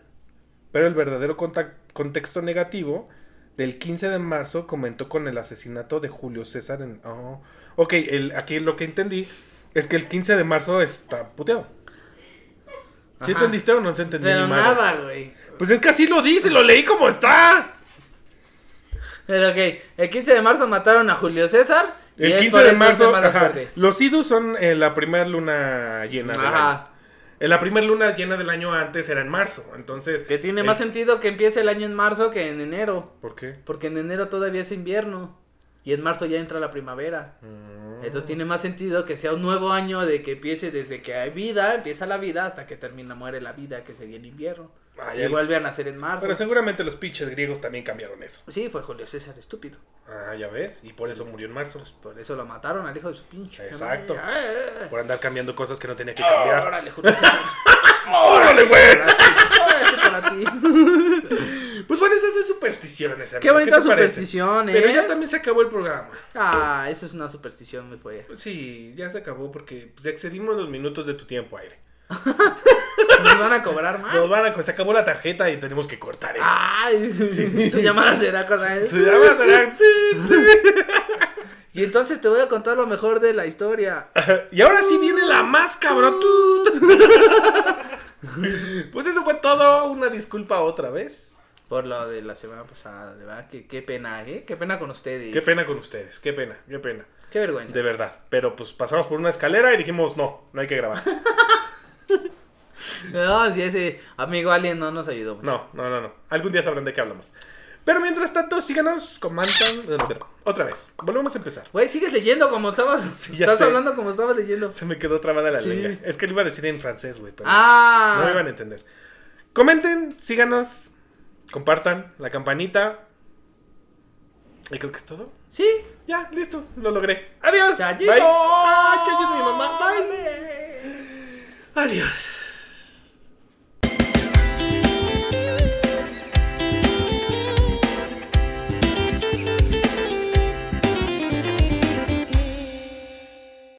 pero el verdadero contac- contexto negativo del 15 de marzo comentó con el asesinato de Julio César en... oh. Ok, el, aquí lo que entendí es que el 15 de marzo está puteado. ¿Sí
Ajá.
entendiste o no se entendió?
Pero
ni madre?
nada, güey.
Pues es que así lo dice, lo leí como está.
Pero ok, el 15 de marzo mataron a Julio César. y
El
es
15
por
de
eso es
marzo,
mala
ajá,
suerte.
los idus son eh, la primera luna llena del año.
Ajá.
En la primera luna llena del año antes era en marzo, entonces...
Que tiene
el-
más sentido que empiece el año en marzo que en enero.
¿Por qué?
Porque en enero todavía es invierno. Y en marzo ya entra la primavera.
Ah.
Entonces tiene más sentido que sea un nuevo año de que empiece desde que hay vida, empieza la vida hasta que termina, muere la vida, que sería el invierno.
Ah, ya-
y vuelve a nacer en marzo.
Pero seguramente los pinches griegos también cambiaron eso.
Sí, fue Julio César, estúpido.
Ah, ya ves. Y por eso murió en marzo.
Por eso lo mataron al hijo de su pinche.
Exacto.
madre. Ah,
Por andar cambiando cosas que no tenía que
ah,
cambiar.
Órale, Julio César.
¡Órale, güey!
Ah, este para ti.
Pues bueno, esas son supersticiones, amigo.
Qué bonita
te parece?
superstición, eh.
Pero ya también se acabó el programa.
Ah, eso es una superstición muy fea.
Sí, ya se acabó porque pues, excedimos los minutos de tu tiempo, aire.
Nos van a cobrar más.
Nos van a... Se acabó la tarjeta y tenemos que cortar esto.
Ay, su llamada será cosa
Se llama- será-
Y entonces te voy a contar lo mejor de la historia.
Y ahora sí viene la más cabrón. Pues eso fue todo. Una disculpa otra vez.
Por lo de la semana pasada, de verdad, que- qué, pena, ¿eh? Qué pena con ustedes.
Qué pena con ustedes. Qué pena, qué pena.
Qué vergüenza.
De verdad. Pero pues pasamos por una escalera y dijimos, no, no hay que grabar.
No, si ese amigo alien no nos ayudó. mucho.
No, no, no, no. Algún día sabrán de qué hablamos. Pero mientras tanto, síganos, comentan. Otra vez. Volvemos a empezar.
Güey, sigues leyendo como estabas.
ya
estás
sé.
hablando como estabas leyendo.
Se me quedó trabada la
Sí.
lengua. Es que lo iba a decir en francés, güey. pero
Ah.
No me iban a entender. Comenten, síganos, compartan la campanita. Y creo que es todo.
Sí.
Ya, listo, lo logré. Adiós. Ah,
Chayito.
Bye. Ah, Chayo es mi mamá. Bye. Adiós.